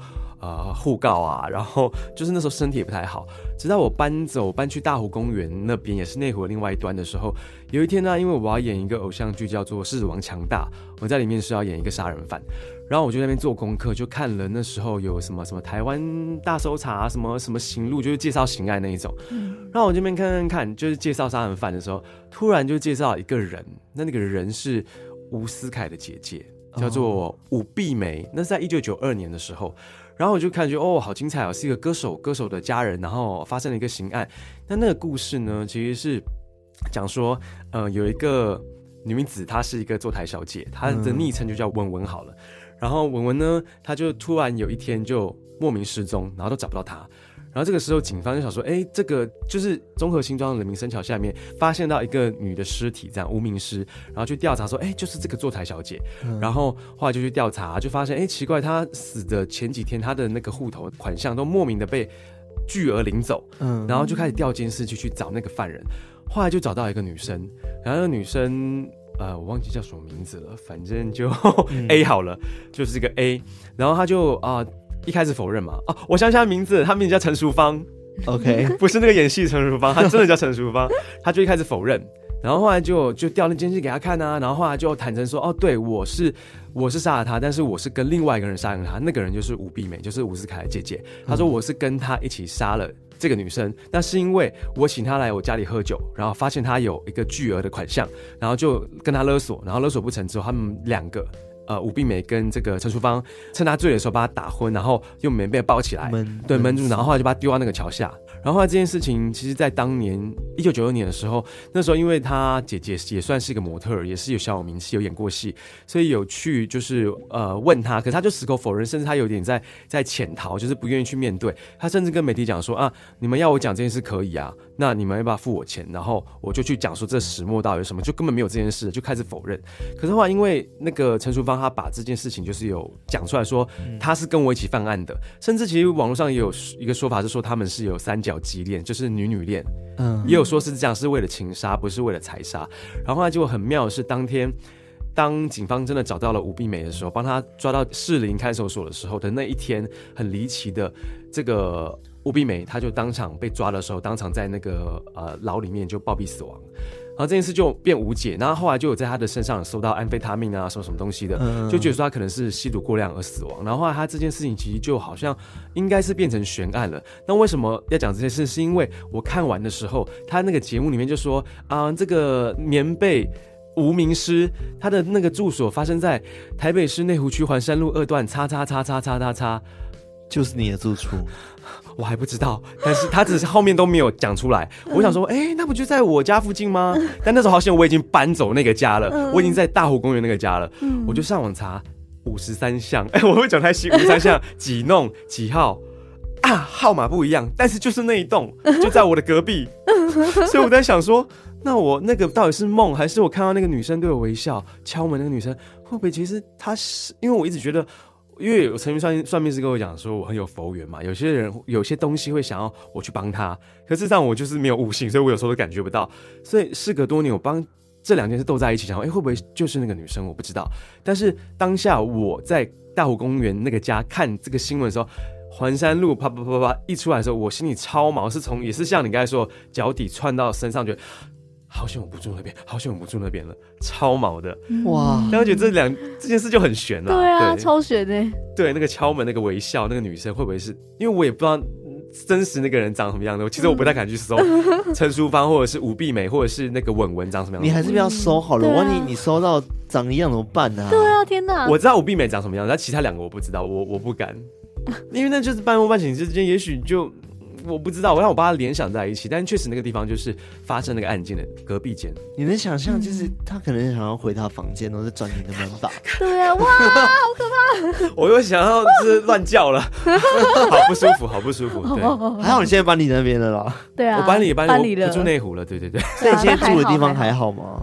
呃互告啊，然后就是那时候身体也不太好，直到我搬走搬去大湖公园那边，也是内湖的另外一端的时候，有一天呢、因为我要演一个偶像剧叫做《狮子王强大》，我在里面是要演一个杀人犯，然后我就在那边做功课，就看了那时候有什么什么台湾大搜查，什么什么行路，就是介绍刑案那一种。然后我这边看看看，就是介绍杀人犯的时候，突然就介绍一个人，那那个人是吴思凯的姐姐，叫做武碧梅，那是在一九九二年的时候。然后我就看觉得哦，好精彩哦，是一个歌手，歌手的家人，然后发生了一个刑案。那那个故事呢，其实是讲说，呃，有一个女子，她是一个坐台小姐，她的昵称就叫文文好了。然后文文呢，她就突然有一天就莫名失踪，然后都找不到她。然后这个时候，警方就想说，哎，这个就是综合新庄人民生桥下面发现到一个女的尸体，这样无名尸，然后去调查说，哎，就是这个坐台小姐。然后后来就去调查，就发现，哎，奇怪，她死的前几天，她的那个户头款项都莫名的被巨额领走。
嗯，
然后就开始调监视器去找那个犯人，后来就找到一个女生，然后那个女生呃我忘记叫什么名字了，反正就 A 好了，就是这个 A，然后她就啊、一开始否认嘛，啊我想起她名字，她名字叫陈淑芳，
OK，
不是那个演戏的陈淑芳，她真的叫陈淑芳， 她就一开始否认。然后后来就就调那监视器给她看啊，然后后来就坦诚说，哦，对我是我是杀了她，但是我是跟另外一个人杀了她，那个人就是吴碧梅，就是吴思凯的姐姐。她说我是跟她一起杀了这个女生，那是因为我请她来我家里喝酒，然后发现她有一个巨额的款项，然后就跟她勒索，然后勒索不成之后，他们两个呃武碧美跟这个陈淑芳趁她醉的时候把她打昏，然后用棉被包起来，
闷
对，闷
住
住，然后后来就把他丢到那个桥下。然后后来这件事情，其实在当年一九九六年的时候，那时候因为他姐姐也算是一个模特儿，也是有小有名气，有演过戏，所以有去就是呃问他，可是他就矢口否认，甚至他有点在在潜逃，就是不愿意去面对。他甚至跟媒体讲说啊，你们要我讲这件事可以啊，那你们要不要付我钱？然后我就去讲说这始末到底是什么，就根本没有这件事，就开始否认。可是后来因为那个陈淑芳，她把这件事情就是有讲出来说，她是跟我一起犯案的，甚至其实网络上也有一个说法是说他们是有三角畸恋，就是女女恋，
嗯
也有说是这样，是为了情杀，不是为了财杀。然后后来结果很妙的是，当天当警方真的找到了吴碧美的时候，帮她抓到士林看守所的时候的那一天，很离奇的，这个吴碧美她就当场被抓的时候，当场在那个呃牢里面就暴毙死亡。然后这件事就变无解，然后后来就有在她的身上搜到安非他命啊，什么什么东西的，
嗯
就觉得说他可能是吸毒过量而死亡。然后后来他这件事情其实就好像应该是变成悬案了。那为什么要讲这件事？是因为我看完的时候，他那个节目里面就说啊，这个棉被。无名尸，他的那个住所发生在台北市内湖区环山路二段叉叉叉叉叉叉叉，
就是你的住处，
我还不知道，但是他只是后面都没有讲出来。我想说，哎、那不就在我家附近吗？但那时候好像我已经搬走那个家了，我已经在大湖公园那个家了。我就上网查五十三巷，哎、 我会讲太细，五十三巷几弄几号啊，号码不一样，但是就是那一栋，就在我的隔壁。所以我在想说，那我那个到底是梦，还是我看到那个女生对我微笑敲门那个女生，会不会其实她是？因为我一直觉得。因为有曾经算算命师跟我讲说，我很有佛缘嘛，有些人有些东西会想要我去帮他，可事实上我就是没有悟性，所以我有时候都感觉不到。所以事隔多年，我帮这两件事斗在一起，想说，哎、会不会就是那个女生？我不知道。但是当下我在大湖公园那个家看这个新闻的时候，环山路啪啪啪啪一出来的时候，我心里超毛，是从也是像你刚才说，脚底窜到身上，觉得好险我不住那边，好险我不住那边了，超毛的。
哇
但我觉得这两这件事就很悬
嗯
了，
对啊，超悬的、
对，那个敲门那个微笑，那个女生会不会是？因为我也不知道嗯真实那个人长什么样的，其实我不太敢去搜
嗯
陈淑芳或者是吴碧美或者是那个文文长什么样
你
的。
还是不要收好了，
对啊
万一你收到长一样怎么办呢？
对啊，天哪！
我知道吴碧美长什么样，但其他两个我不知道，我我不敢，因为那就是半梦半醒之间，也许就。我不知道，我让我把它联想在一起，但确实那个地方就是发生那个案件的隔壁间，
你能想象，就是他可能想要回他房间，然后再转你的门把，
对啊，哇，
我又想要就是乱叫了， 好不舒服，好不舒 服。对，我
还好你现在搬离那边了啦。
对啊，
搬离搬离，
哦搬离
我
了，
不住内湖了，对对对。
所以你现在住的地
那还
方
好
还好吗？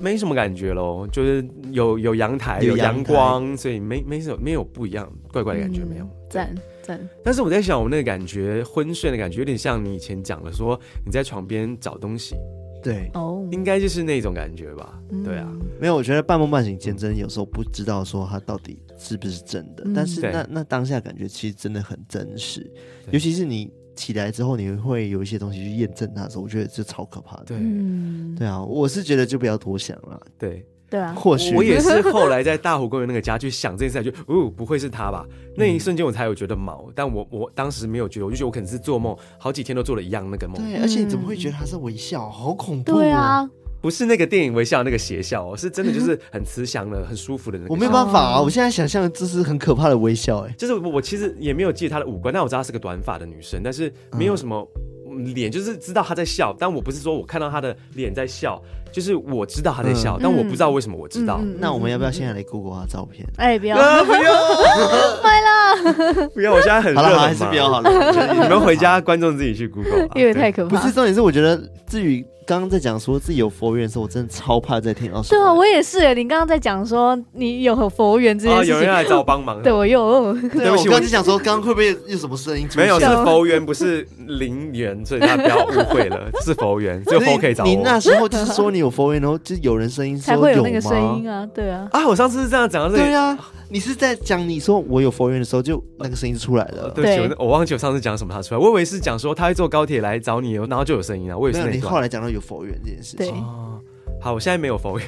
没什么感觉咯，就是有有阳台，
有
有
阳
阳光，所以没没什么没有不一样，怪怪的感觉没有。
嗯赞赞，
但是我在想，我那个感觉昏睡的感觉，有点像你以前讲的说你在床边找东西，
对，
哦，
应该就是那种感觉吧？对啊，
嗯，
没有，我觉得半梦半醒间真的有时候不知道说它到底是不是真的，
嗯
但是
对
那那当下感觉其实真的很真实，
对
尤其是你起来之后，你会有一些东西去验证它的时候，我觉得这超可怕的。
对、
嗯，
对啊，我是觉得就不要多想了，
对，
对啊，
或许
我也是后来在大湖公园那个家去想这件事，就哦，不会是他吧？
嗯
那一瞬间我才有觉得毛，但我我当时没有觉得，我就觉得我可能是做梦，好几天都做了一样那个梦，
对，而且你怎么会觉得它是微笑？好恐怖、哦！
对，啊，
不是那个电影微笑那个邪笑哦，是真的就是很慈祥的、很舒服的那个笑。
我没有办法
哦
啊，我现在想象这是很可怕的微笑、哎，
就是我我其实也没有记得她的五官，但我知道她是个短发的女生，但是没有什么嗯脸，就是知道她在笑，但我不是说我看到她的脸在笑，就是我知道她在笑，
嗯
但我不知道为什么我知道。
嗯嗯
那我们要不要现在来 Google 它的照片？
哎，不要，
啊！不要，坏了，不要！我现在很热
好了，好
嘛
了还是不要好了，我 觉得有
你
点
们
麻
回
烦。
家，观众自己去 Google 吧。
因为太
对
可
不
怕。
是重点是，我觉得至于刚刚在讲说自己有佛缘的时候，我真的超怕再听到哦什
对
么。
啊，我也是耶。你刚刚在讲说你有和佛缘这
哦，
件
有
事
人
情，
来找我帮忙。
对我又
对，啊
对不
我
起
刚刚
我
就 想说，刚刚会不会有什么声音出现？
没有，是
笑
佛缘，不是零元，所以大家不要误会了， 是佛缘，只有
所以
佛可以找
你
我。
那时候就是说你有佛缘，然后就有人声音说
才会
有
有那个声
吗
音啊，对啊，
啊，我上次是这样讲到这
对
里。
呀、啊，你是在讲你说我有佛缘的时候，就那个声音就出来了。
对不起
对，
我我忘记我上次讲什么他出来，我以为是讲说他会坐高铁来找你，然后就有声音了。我也
没
是
有，
那一
你后
段。
来讲到有佛缘这件事
对
情，，
哦，好，我现在没有 佛缘，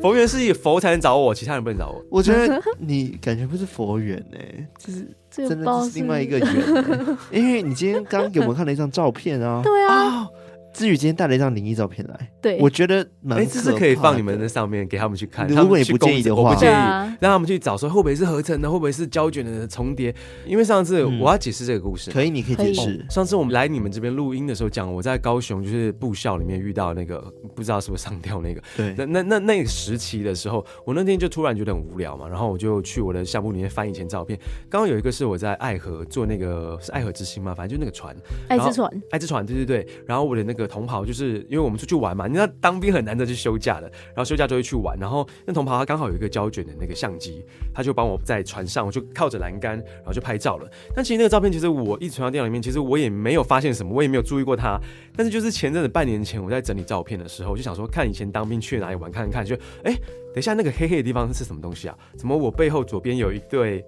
佛缘是以佛才能找我，其他人不能找我。
我觉得你感觉不是佛缘哎、就是
这
真
个
的
包
就是另外一个缘欸、因为你今天刚给我们看了一张照片 啊，
对啊，
哦，
至于今天带了一张灵异照片来，
对，
我觉得蛮
哎，这是可以
怕
放你们
的
那上面给他们去看。
如
他们
果你
去
不
公
介意
司
的
我
话
不介意
对啊，
让他们去找说会不会是合成的，会不会是胶卷的重叠。因为上次
嗯
我要解释这个故事，哦
可以，你可以
可以
解释。
上次我们来你们这边录音的时候讲，我在高雄就是部校里面遇到那个不知道是不是上吊那个，
对，
那那那那个时期的时候，我那天就突然觉得很无聊嘛，然后我就去我的相簿里面翻以前照片。刚刚有一个是我在爱河做那个是爱河之星嘛，反正就那个船，
爱之船，
爱之船，对对对。然后我的那个同袍就是因为我们出去玩嘛，你知道当兵很难得去休假的，然后休假就会去玩。然后那同袍他刚好有一个胶卷的那个相机，他就帮我在船上，我就靠着栏杆，然后就拍照了。但其实那个照片，其实我一存到电脑里面，其实我也没有发现什么，我也没有注意过它。但是就是前阵子半年前我在整理照片的时候，我就想说看以前当兵去哪里玩看看，就哎，等一下那个黑黑的地方是什么东西啊？怎么我背后左边有一对？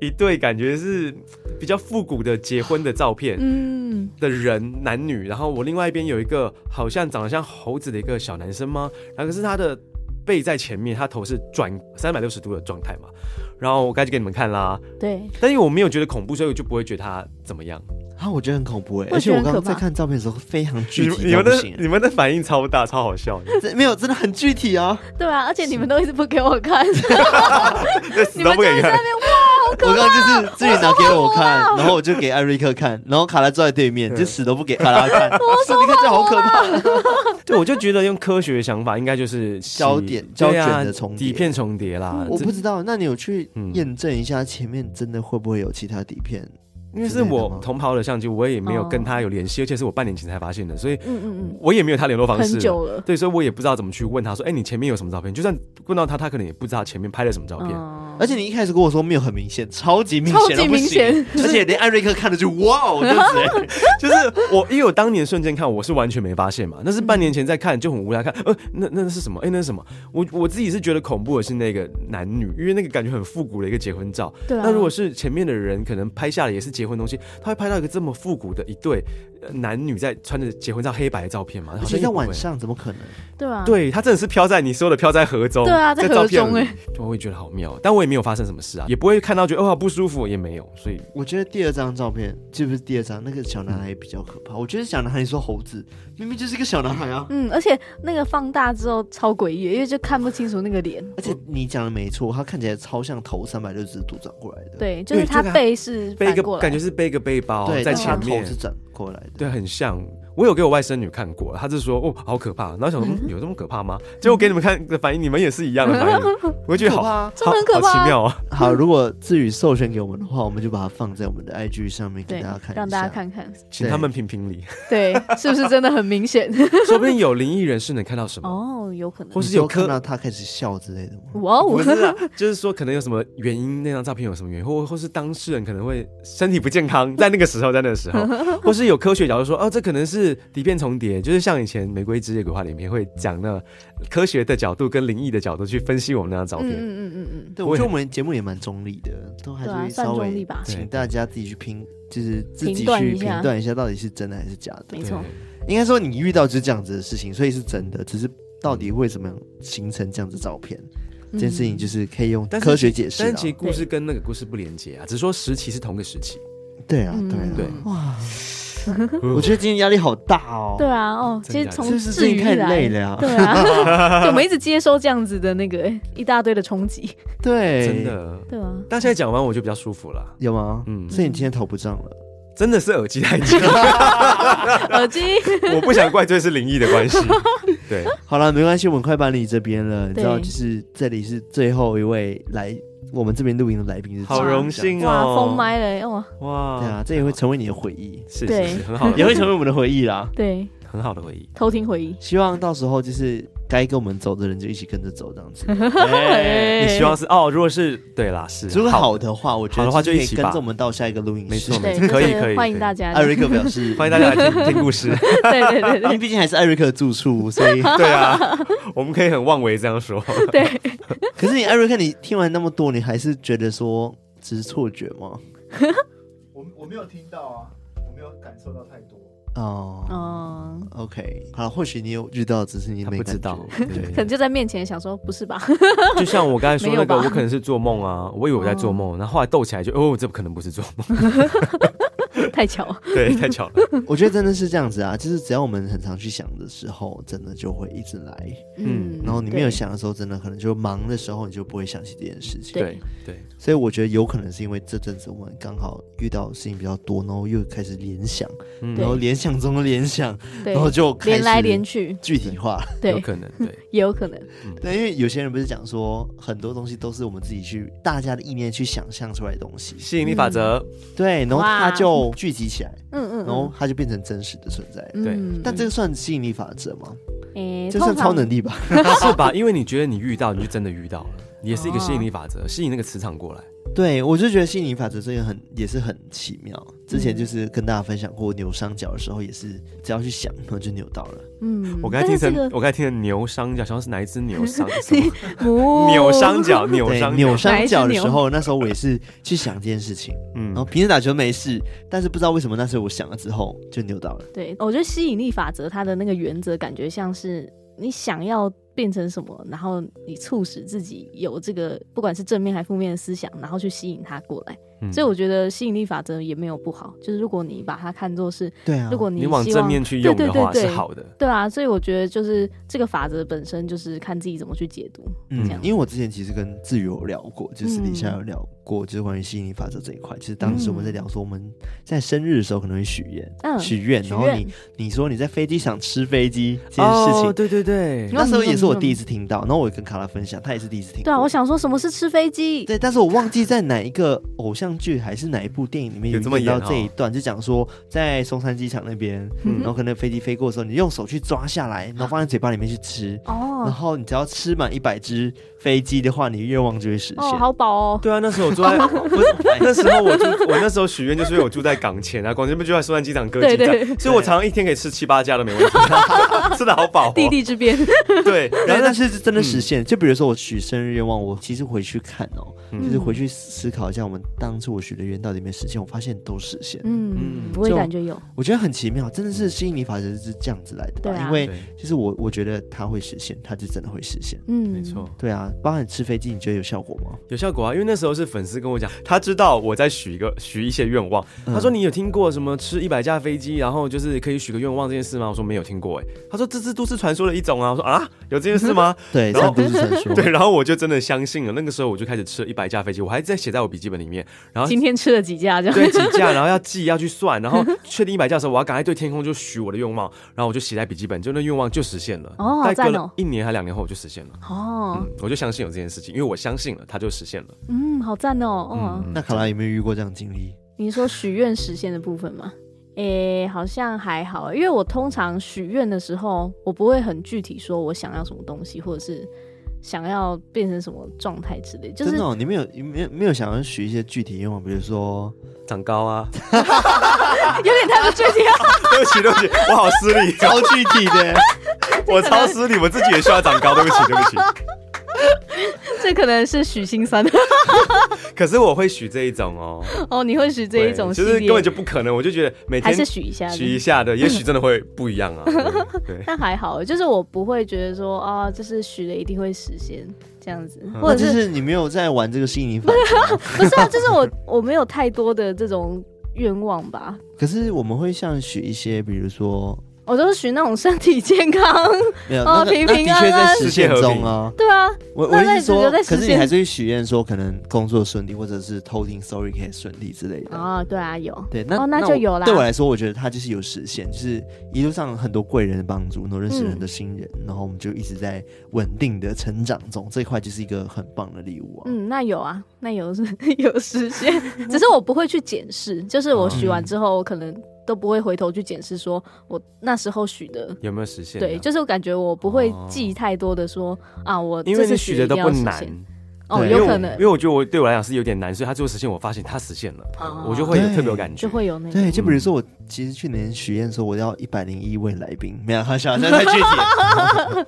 一对感觉是比较复古的结婚的照片，
嗯，
的人，男女，然后我另外一边有一个好像长得像猴子的一个小男生吗？然后可是他的背在前面，他头是转三百六十度的状态嘛。然后我该去给你们看啦，
对，
但因为我没有觉得恐怖，所以我就不会觉得他怎么样。
啊，我觉得很恐怖哎、
我
而且
觉得很
我刚刚
可
在
怕
看照片的时候非常
你
具
们
体，
你们
到不
的
行欸
你们的反应超大，超好笑 的，
这没有真的很具体啊！
对啊，而且你们都一直不给我看，
死
你
都
们
不
就
给
一直在
看
那。边哇，好
我刚刚就是自己拿给我看，然后我就给艾瑞克看，然后卡拉坐在对
嗯
面，就死都不给卡拉看。我说你看这好可怕！
对，我就觉得用科学的想法，应该就是洗
焦点
对啊
胶卷的重叠嗯
底片重叠啦。
我
这
不知道，那你有去
嗯
验证一下前面真的会不会有其他底片？
因为
之
是
类的
我
吗
同袍的相机，我也没有
哦
跟他有联系，而且是我半年前才发现的，所以
嗯嗯
我也没有他联
嗯，
络方式
很
了。
久了，
对，所以我也不知道怎么去问他说，哎、你前面有什么照片？就算问到他，他可能也不知道前面拍了什么照片。
嗯
而且你一开始跟我说没有很明显，超级明
超
显，
级明，显，
而且连艾瑞克看了就哇 哦，这样子欸
就是我，因为我当年瞬间看，我是完全没发现嘛，那是半年前在看就很无聊看，呃，那那是什么？哎、那是什么？我我自己是觉得恐怖的是那个男女，因为那个感觉很复古的一个结婚照。
对啊，
那如果是前面的人可能拍下来也是结婚东西，他会拍到一个这么复古的一对呃男女在穿着结婚照黑白的照片嘛？好
而
像
且
也
在
不会
晚。上怎么可能？
对啊，
对他真的是飘在你说的飘在河中，
对啊，在
照
河
片
中
里
哎、
我也觉得好妙，但我也没有发生什么事啊，也不会看到觉得哦好不舒服，也没有，所以
我觉得第二张照片，是不是第二张那个小男孩比较可怕？我觉得小男孩你说猴子，明明就是一个小男孩啊。
嗯，而且那个放大之后超诡异，因为就看不清楚那个脸。
而且你讲的没错，他看起来超像头三百六十度转过来的，
对，就是他
这个
背是
背一
反
个
过来，
感觉是背一个背包
对，
哦在
但他
前面
头是，转过来的。
对，很像。我有给我外甥女看过，她就说哦好可怕，然后想说、嗯有这么可怕吗？结果给你们看的反应，你们也是一样的反应，我觉得好
可怕啊
真的很可
好
怕啊
好奇妙啊！
好，如果至宇授权给我们的话，我们就把它放在我们的 IG 上面给
对
大家看，
让大家。看看，
请他们评评理，
对，是不是真的很明显？
说不定有灵异人士能看到什么，
哦，有可能
或。
你
是有
说看
科，
到他开始笑之类的吗？
哇哦
不， 是啊，就是说可能有什么原因，那张照片有什么原因，或或是当事人可能会身体不健康，在那个时候，在那个时候， 或是有科学角度说，哦，这可能是底片重叠，就是像以前《玫瑰之夜》鬼话里面会讲那科学的角度跟灵异的角度去分析我们那张照
嗯
片。
嗯嗯嗯
对，
我
我
也
觉得我们节目也蛮中立的，都还是
对啊
会
算
稍
中立
微
吧
请大家自己去评，就是自己
评断
去
一
评
下
断一下到底是真的还是假的
没。错
应该说你遇到就是这样子的事情，所以是真的，只是到底为什么形成这样子照片，
嗯，
这件事情就是可以用
但是
科学解释
但
啊
是。其实故事跟那个故事不连接啊，只是说时期是同个时期。
对啊，
嗯
对啊，
对
哇， 我觉得今天压力好大哦。
对啊，哦，
真
其
的
实
假的
从
是不是
治
最
愈
近太
以来
累，了啊呀？
对 啊，就我们一直接收这样子的那个欸一大堆的冲击，
对，
真的。
对 啊，
但现在讲完我就比较舒服了，
有吗？
嗯
所以你今天头不胀了？
真的是耳机太紧，
耳机，
我不想怪罪是灵异的关系。对，
好了，没关系，我们快搬离这边了。你知道，
对
就是这里是最后一位来我们这边录音的来宾是
好
这样
荣幸
哇，
哦，
封麦嘞，哇，
哇，
对啊，这也会成为你的回 忆，
是是
对
是，很 好的，
也会成为我们的回忆啦。
对，
很好的回忆。
偷听回忆，
希望到时候就是该跟我们走的人就一起跟着走，这样子。
哎
你希望是哦？如果是对啦，是
如果
好
好的话，我觉得
好的话就
可以
一起
跟
吧
着我们到下一个录音室。
没错
对，
可以
就
可
是欢
以可
迎
以
大家，
艾瑞克表示，
欢迎大家来听听故事。
对对对
因为
对
毕竟还是艾瑞克的住处，所以
对啊，我们可以很妄为这样说。
对，
可是你艾瑞克，你听完那么多，你还是觉得说只是错觉吗？
我我没有听到啊，我没有感受到太多。
哦、
嗯，
o k 好，或许你有遇到，只是你
他
没
不
感
知
觉
道，
可
对，
能就在面前想说，不是吧？
就像我刚才说
没
那
有吧
个，我可能哦是做梦啊，我以为我在做梦，然后后来斗起来就哦，这不可能不是做梦，
太巧了。
对，太巧了。
我觉得真的是这样子啊，就是只要我们很常去想的时候，真的就会一直来。
嗯
然后你没有
对
想的时候，真的可能就忙的时候，你就不会想起这件事情。
对
对对，
所以我觉得有可能是因为这阵子我们刚好遇到的事情比较多，然后又开始联想，
嗯
然后联想中的联想，
对
然后就开始
连来连去，
具体化。
对
有，可 能对。
也有可能。
对，因为有些人不是讲说很多东西都是我们自己去大家的意念去想象出来的东西，
吸引力法则，
对，然后
哇
它就聚集起来，
嗯嗯，
然后它就变成真实的存在了。
嗯
对
嗯
但这个算吸引力法则吗？
诶，
这算
通常
超能力吧？
嗯
是吧？因为你觉得你遇到，你就真的遇到了，也是一个吸
哦
引力法则，吸引那个磁场过
哎
来。
对，我就觉得吸引力法则这个很也是很奇妙。之前就是跟大家分享过，扭伤脚的时候也是只要去想，然后就扭到了。
嗯，
我刚才
但
听
是这
成，
个
我刚才听成牛伤脚，想是哪一只 牛伤？什么
母
扭 伤，脚，扭
对，
伤
扭
脚，
伤脚的时候，那时候我也是去想这件事情，然后
哦
嗯，
平时打球没事，但是不知道为什么那时候我想了之后就扭到了。
对，我觉得吸引力法则它的那个原则感觉像是你想要变成什么，然后你促使自己有这个不管是正面还负面的思想，然后去吸引它过来。
嗯
所以我觉得吸引力法则也没有不好，就是如果你把它看作是，
对啊，
如果你
你往
希
正
望
面去用的话
对对对
是
对
好的。
对啊，所以我觉得就是这个法则本身就是看自己怎么去解读，
嗯
这样，
因为我之前其实跟志宇有聊过，就是私底下
嗯
有聊过，就是关于吸引力法则这一块。就是当时我们在聊说，我们在生日的时候可能会许愿，
嗯
许愿，
许
然后
愿
你你说你在飞机上吃飞机这件事情，
哦对对对，
那时候也是我第一次听到，然后我也跟卡拉分享，他也是第一次听过。
对啊，我想说什么是吃飞机？
对，但是我忘记在哪一个偶像剧还是哪一部电影里面
有这么
演到
演哦
这一段，就讲说在松山机场那边，
嗯
然后可能飞机飞过的时候，你用手去抓下来，然后放在嘴巴里面去吃，然
哦
后你只要吃满一百只飞机的话，你愿望就会实
哦，
现。
好饱哦，
对啊，那时候我 住在，不是那时候我住，我那时候许愿就是因为我住在港前啊，广前不就在松山机场隔
对
几站
对，
所以我常常一天可以吃七八家都没问题， 吃的好饱、哦。
地利之便，
对，
然后但
然后但
是真的实
嗯
现，就比如说我许生日愿望，我其实回去看哦，
嗯
就是回去思考一下我们当初我许的愿到底有没有实现，我发现都实现，
嗯
嗯，
我也
就
感觉有，
我觉得很奇妙，真的是吸引力法则是这样子来的吧，
对啊
因为
对，
就是我我觉得它会实现，它就真的会实现。
嗯，
没错，，
对啊，包含吃飞机，你觉得有效果吗？
有效果啊，因为那时候是粉丝跟我讲，他知道我在许一个许一些愿望，他
嗯
说你有听过什么吃一百架飞机，然后就是可以许个愿望这件事吗？我说没有听过哎，他说这是都市传说的一种啊，我说啊有这件事吗？
对，
然
三
后
都市传说。
对，然后我就真的相信了，那个时候我就开始吃一百架飞机，我还在写在我笔记本里面，然后
今。天吃了几架这样，
对几架，然后要记，要去算，然后确定一百架的时候，我要赶快对天空就许我的愿望，然后我就写在笔记本，就那愿望就实现了。
哦
大概隔
赞哦
了一年还两年后我就实现了。
哦，
嗯，我就相信有这件事情，因为我相信了，它就实现了。
嗯，好赞哦，哦，
嗯
那卡拉有没有遇过这样的经历？
你说许愿实现的部分吗？诶、好像还好，因为我通常许愿的时候，我不会很具体说我想要什么东西，或者是想要变成什么状态之类，就是
真的、哦，你没有，你没有没有想要许一些具体愿望，比如说，
长高啊！
有点太不具体了。
对不起，对不起，我好失礼，哦
超具体的，
我超失礼，我自己也需要长高，对不起，对不 起。
这可能是许心 酸
可是我会许这一种哦，
哦，你会许这一种
对
系
就是
列，
根本就不可能，我就觉得每
还
天
是许一下子
许一下 的，也许真的会不一样啊。对，对
但还好，就是我不会觉得说啊，就是许了一定会实现这样子，
嗯
或
那
者
哦就是是你没有在玩这个吸引力法 则。
不是啊？就是我 我没有太多的这种愿望吧，
可是我们会像许一些，比如说，
我都是许那种身体健康，
没有，
哦
那个
平
那
平
的确
安
在
安
实现中啊。
对啊，
我
那
我
在
是说
有在，实
可
现
是你还是会许愿说，可能工作顺利，或者是偷听 sorry 可以顺利之类的。
哦，对啊，有，
对，那
哦那就
我
有啦
对我来说，我觉得他就是有实现，就是一路上很多贵人的帮助，然后认识
嗯
很多新人，然后我们就一直在稳定的成长中，这一块就是一个很棒的礼物啊。
嗯，那有啊，那有是 有实现，只是我不会去检视，就是我许完之后，我可能都不会回头去检视，说我那时候许的。
有没有实现啊？
对，就是我感觉我不会记太多的说、啊，我
因为
这
你
次
许
的
的都不难，
哦，
对
有
因为
可
我
能
因为我觉得我对我来讲是有点难，所以他最后实现，我发现他实现
哦
了，我就会有特别有感觉
就。会有那个
对，就比如说我其实去年许愿说我要一百零一位来宾，没有，好像好像太具体了。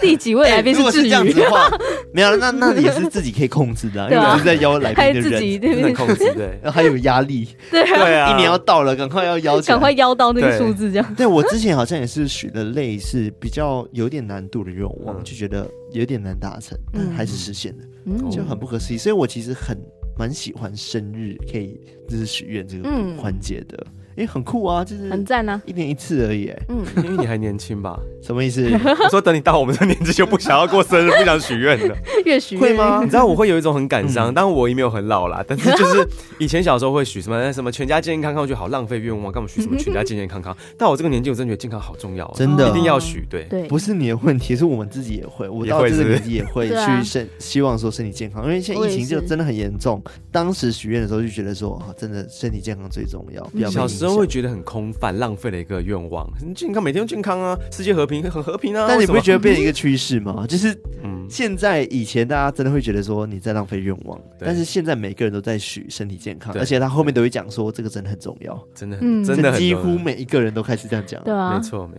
第几位来宾
哎如果
至
是这样
于
子，的话，没有，啊那那也是自己可以控制的啊，因
对
为
啊
我是在邀来
还
宾的
自己
人，
对
真的控 制对
还有压力，
对啊，
一年要到了，赶快要邀请
赶。快邀到那个
对
数字这样。
对我之前好像也是许了类似比较有点难度的愿望，
嗯
就觉得有点难达成，但
嗯
还是实现了，
哦
嗯
就很不可思议。所以我其实很蛮喜欢生日可以就是许愿这个
嗯
环节的，哎、很酷啊，就是
很赞啊。
一年一次而已，哎
嗯，
因为你还年轻吧？
什么意思？
我说等你到我们这年纪就不想要过生日，不想许愿 了。
越许
会
越
吗
你？知道我会有一嗯种很感伤，但我也没有很老啦。但是 就是以前小时候会许什么哎什么全家健健康康，我觉得好浪费愿望，干嘛许什么全家健健康康？但我这个年纪，我真的觉得健康好重要、啊，
真的
一定要许。对，
对，
不是你的问题，是我们自己也会，我
也
到
会
这个
是不是
年纪也会
对啊
去身希望说身体健康，因为现在
我也
疫情就是真的很严重。当时许愿的时候就觉得说，啊真的身体健康最重
嗯
要，不要被
小
影
时候会
响。
觉得很空泛，浪费了一个愿望。很健康，每天都健康啊，世界和平，很和平啊。
但你不会
为什
觉得变成一个趋势 吗？就是
么嗯，
现在以前大家真的会觉得说你在浪费愿望，
对
但是现在每个人都在许身体健康，
对
而且他后面都会讲说这个真的很重要，
真的
嗯
很，真的很
几
重要
乎每一个人都开始这样讲。
对啊
没，错，没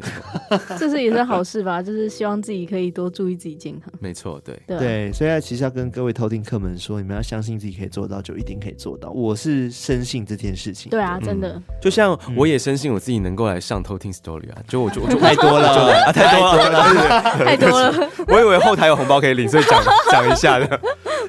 错，
这是也是好事吧？ 就是希望自己可以多注意自己健康。
没错，对。
对啊，
对，所以其实要跟各位偷听客们说，你们要相信自己可以做到，就一定可以做到。我是深信这件事情。
对啊，真的，
就像我也深信我自己能够来上偷听 story 啊，就我就我就
嗯 太多了
啊太多了，
太多了。
我以为后台有红包可以领，所以 讲讲一下的。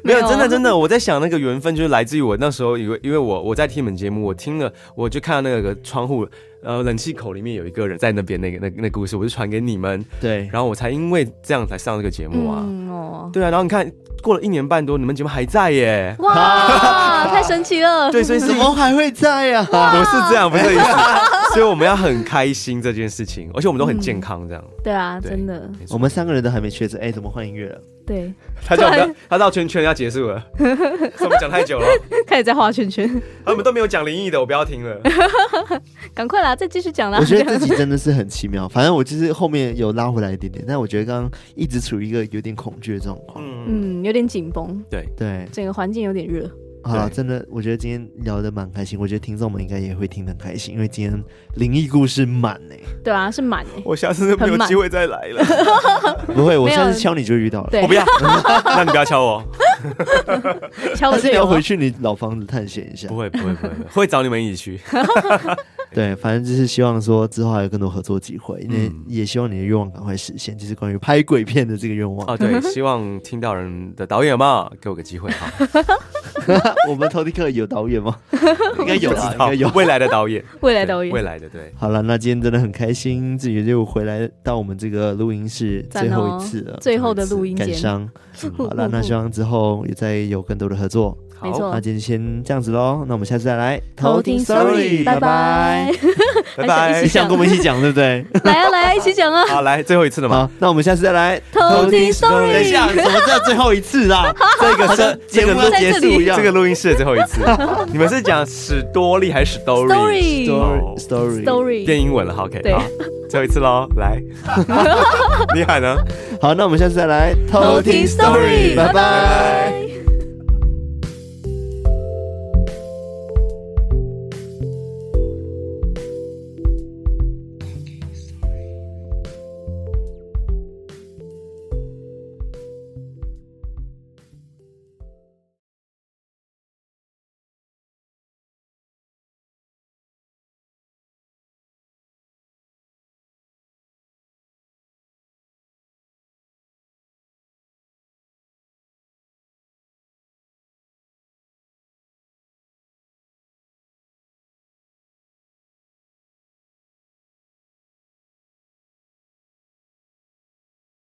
没有
没有，啊
真的真的，我在想那个缘分就是来自于我那时候，以为因为我我在听你们节目，我听了我就看到那个窗户，呃，冷气口里面有一个人在那边那个那那故事，我就传给你们，
对，
然后我才因为这样才上这个节目啊。
嗯哦，
对啊，然后你看过了一年半多，你们节目还在 耶。
哇，太神奇了。
对，所以 是
怎么还会在呀、
不是这样，不是这个意思。所以我们要很开心这件事情，而且我们都很健康，这样。
对啊，
对
真的，
没错
我们三个人都还没确诊，哎，怎么换音乐 了？
对，
他叫我们他绕圈圈要结束了，是我们讲太久了，
开始在画圈 圈，
他们都没有讲灵异的，我不要听了。
赶快啦，再继续讲啦。
我觉得自己真的是很奇妙，反正我就是后面有拉回来一点点，但我觉得刚刚一直处于一个有点恐惧的状况。
嗯，
嗯，有点紧绷，
对，
整个环境有点热。
好了，
对
真的，我觉得今天聊得蛮开心，我觉得听众们应该也会听得很开心，因为今天灵异故事满 呢、
对啊，是满诶。
我下次就没有机会再来了。
不会，我
没有
下次敲你就遇到了。
对
我不要，那你不要敲我，
敲
还
了
是
就
你
有
要
了
回去你老房子探险一下
不。会不会不会，会找你们一起去。
对，反正就是希望说之后还有更多合作机会，因为
嗯
也希望你的愿望赶快实现，就是关于拍鬼片的这个愿望。
哦，对，希望听到人的导演嘛，给我个机会哈。
我们头听课有导演 吗？应该有啊，应该有
好。未来的导演，
未来导演
未。来的对，
好了，那今天真的很开心，自己又回来到我们这个录音室
赞
最
哦
后一次了，
最后的录音
感
间，
伤。
呼
好了， 那希望之后也再有更多的合作。
没
好，
错
那今天先这样子喽，那我们下次再来
偷听 sorry，拜拜。还想一
拜拜
你
起。
想跟我们一起讲对不对？
来啊来啊，一起讲啊！
好，来最后一次了嘛。
好，那我们下次再来
偷听 story
等一下，怎么叫最后一 次啊？这个是节目要结束一样。
这个录音室的最后一 次，你们是讲史多利还是史多利哦
Story
story story
story
变英文了好，OK，
对
好，最后一次喽， 来，你喊呢？
好，那我们下次再来
偷听 story，
拜
拜
拜。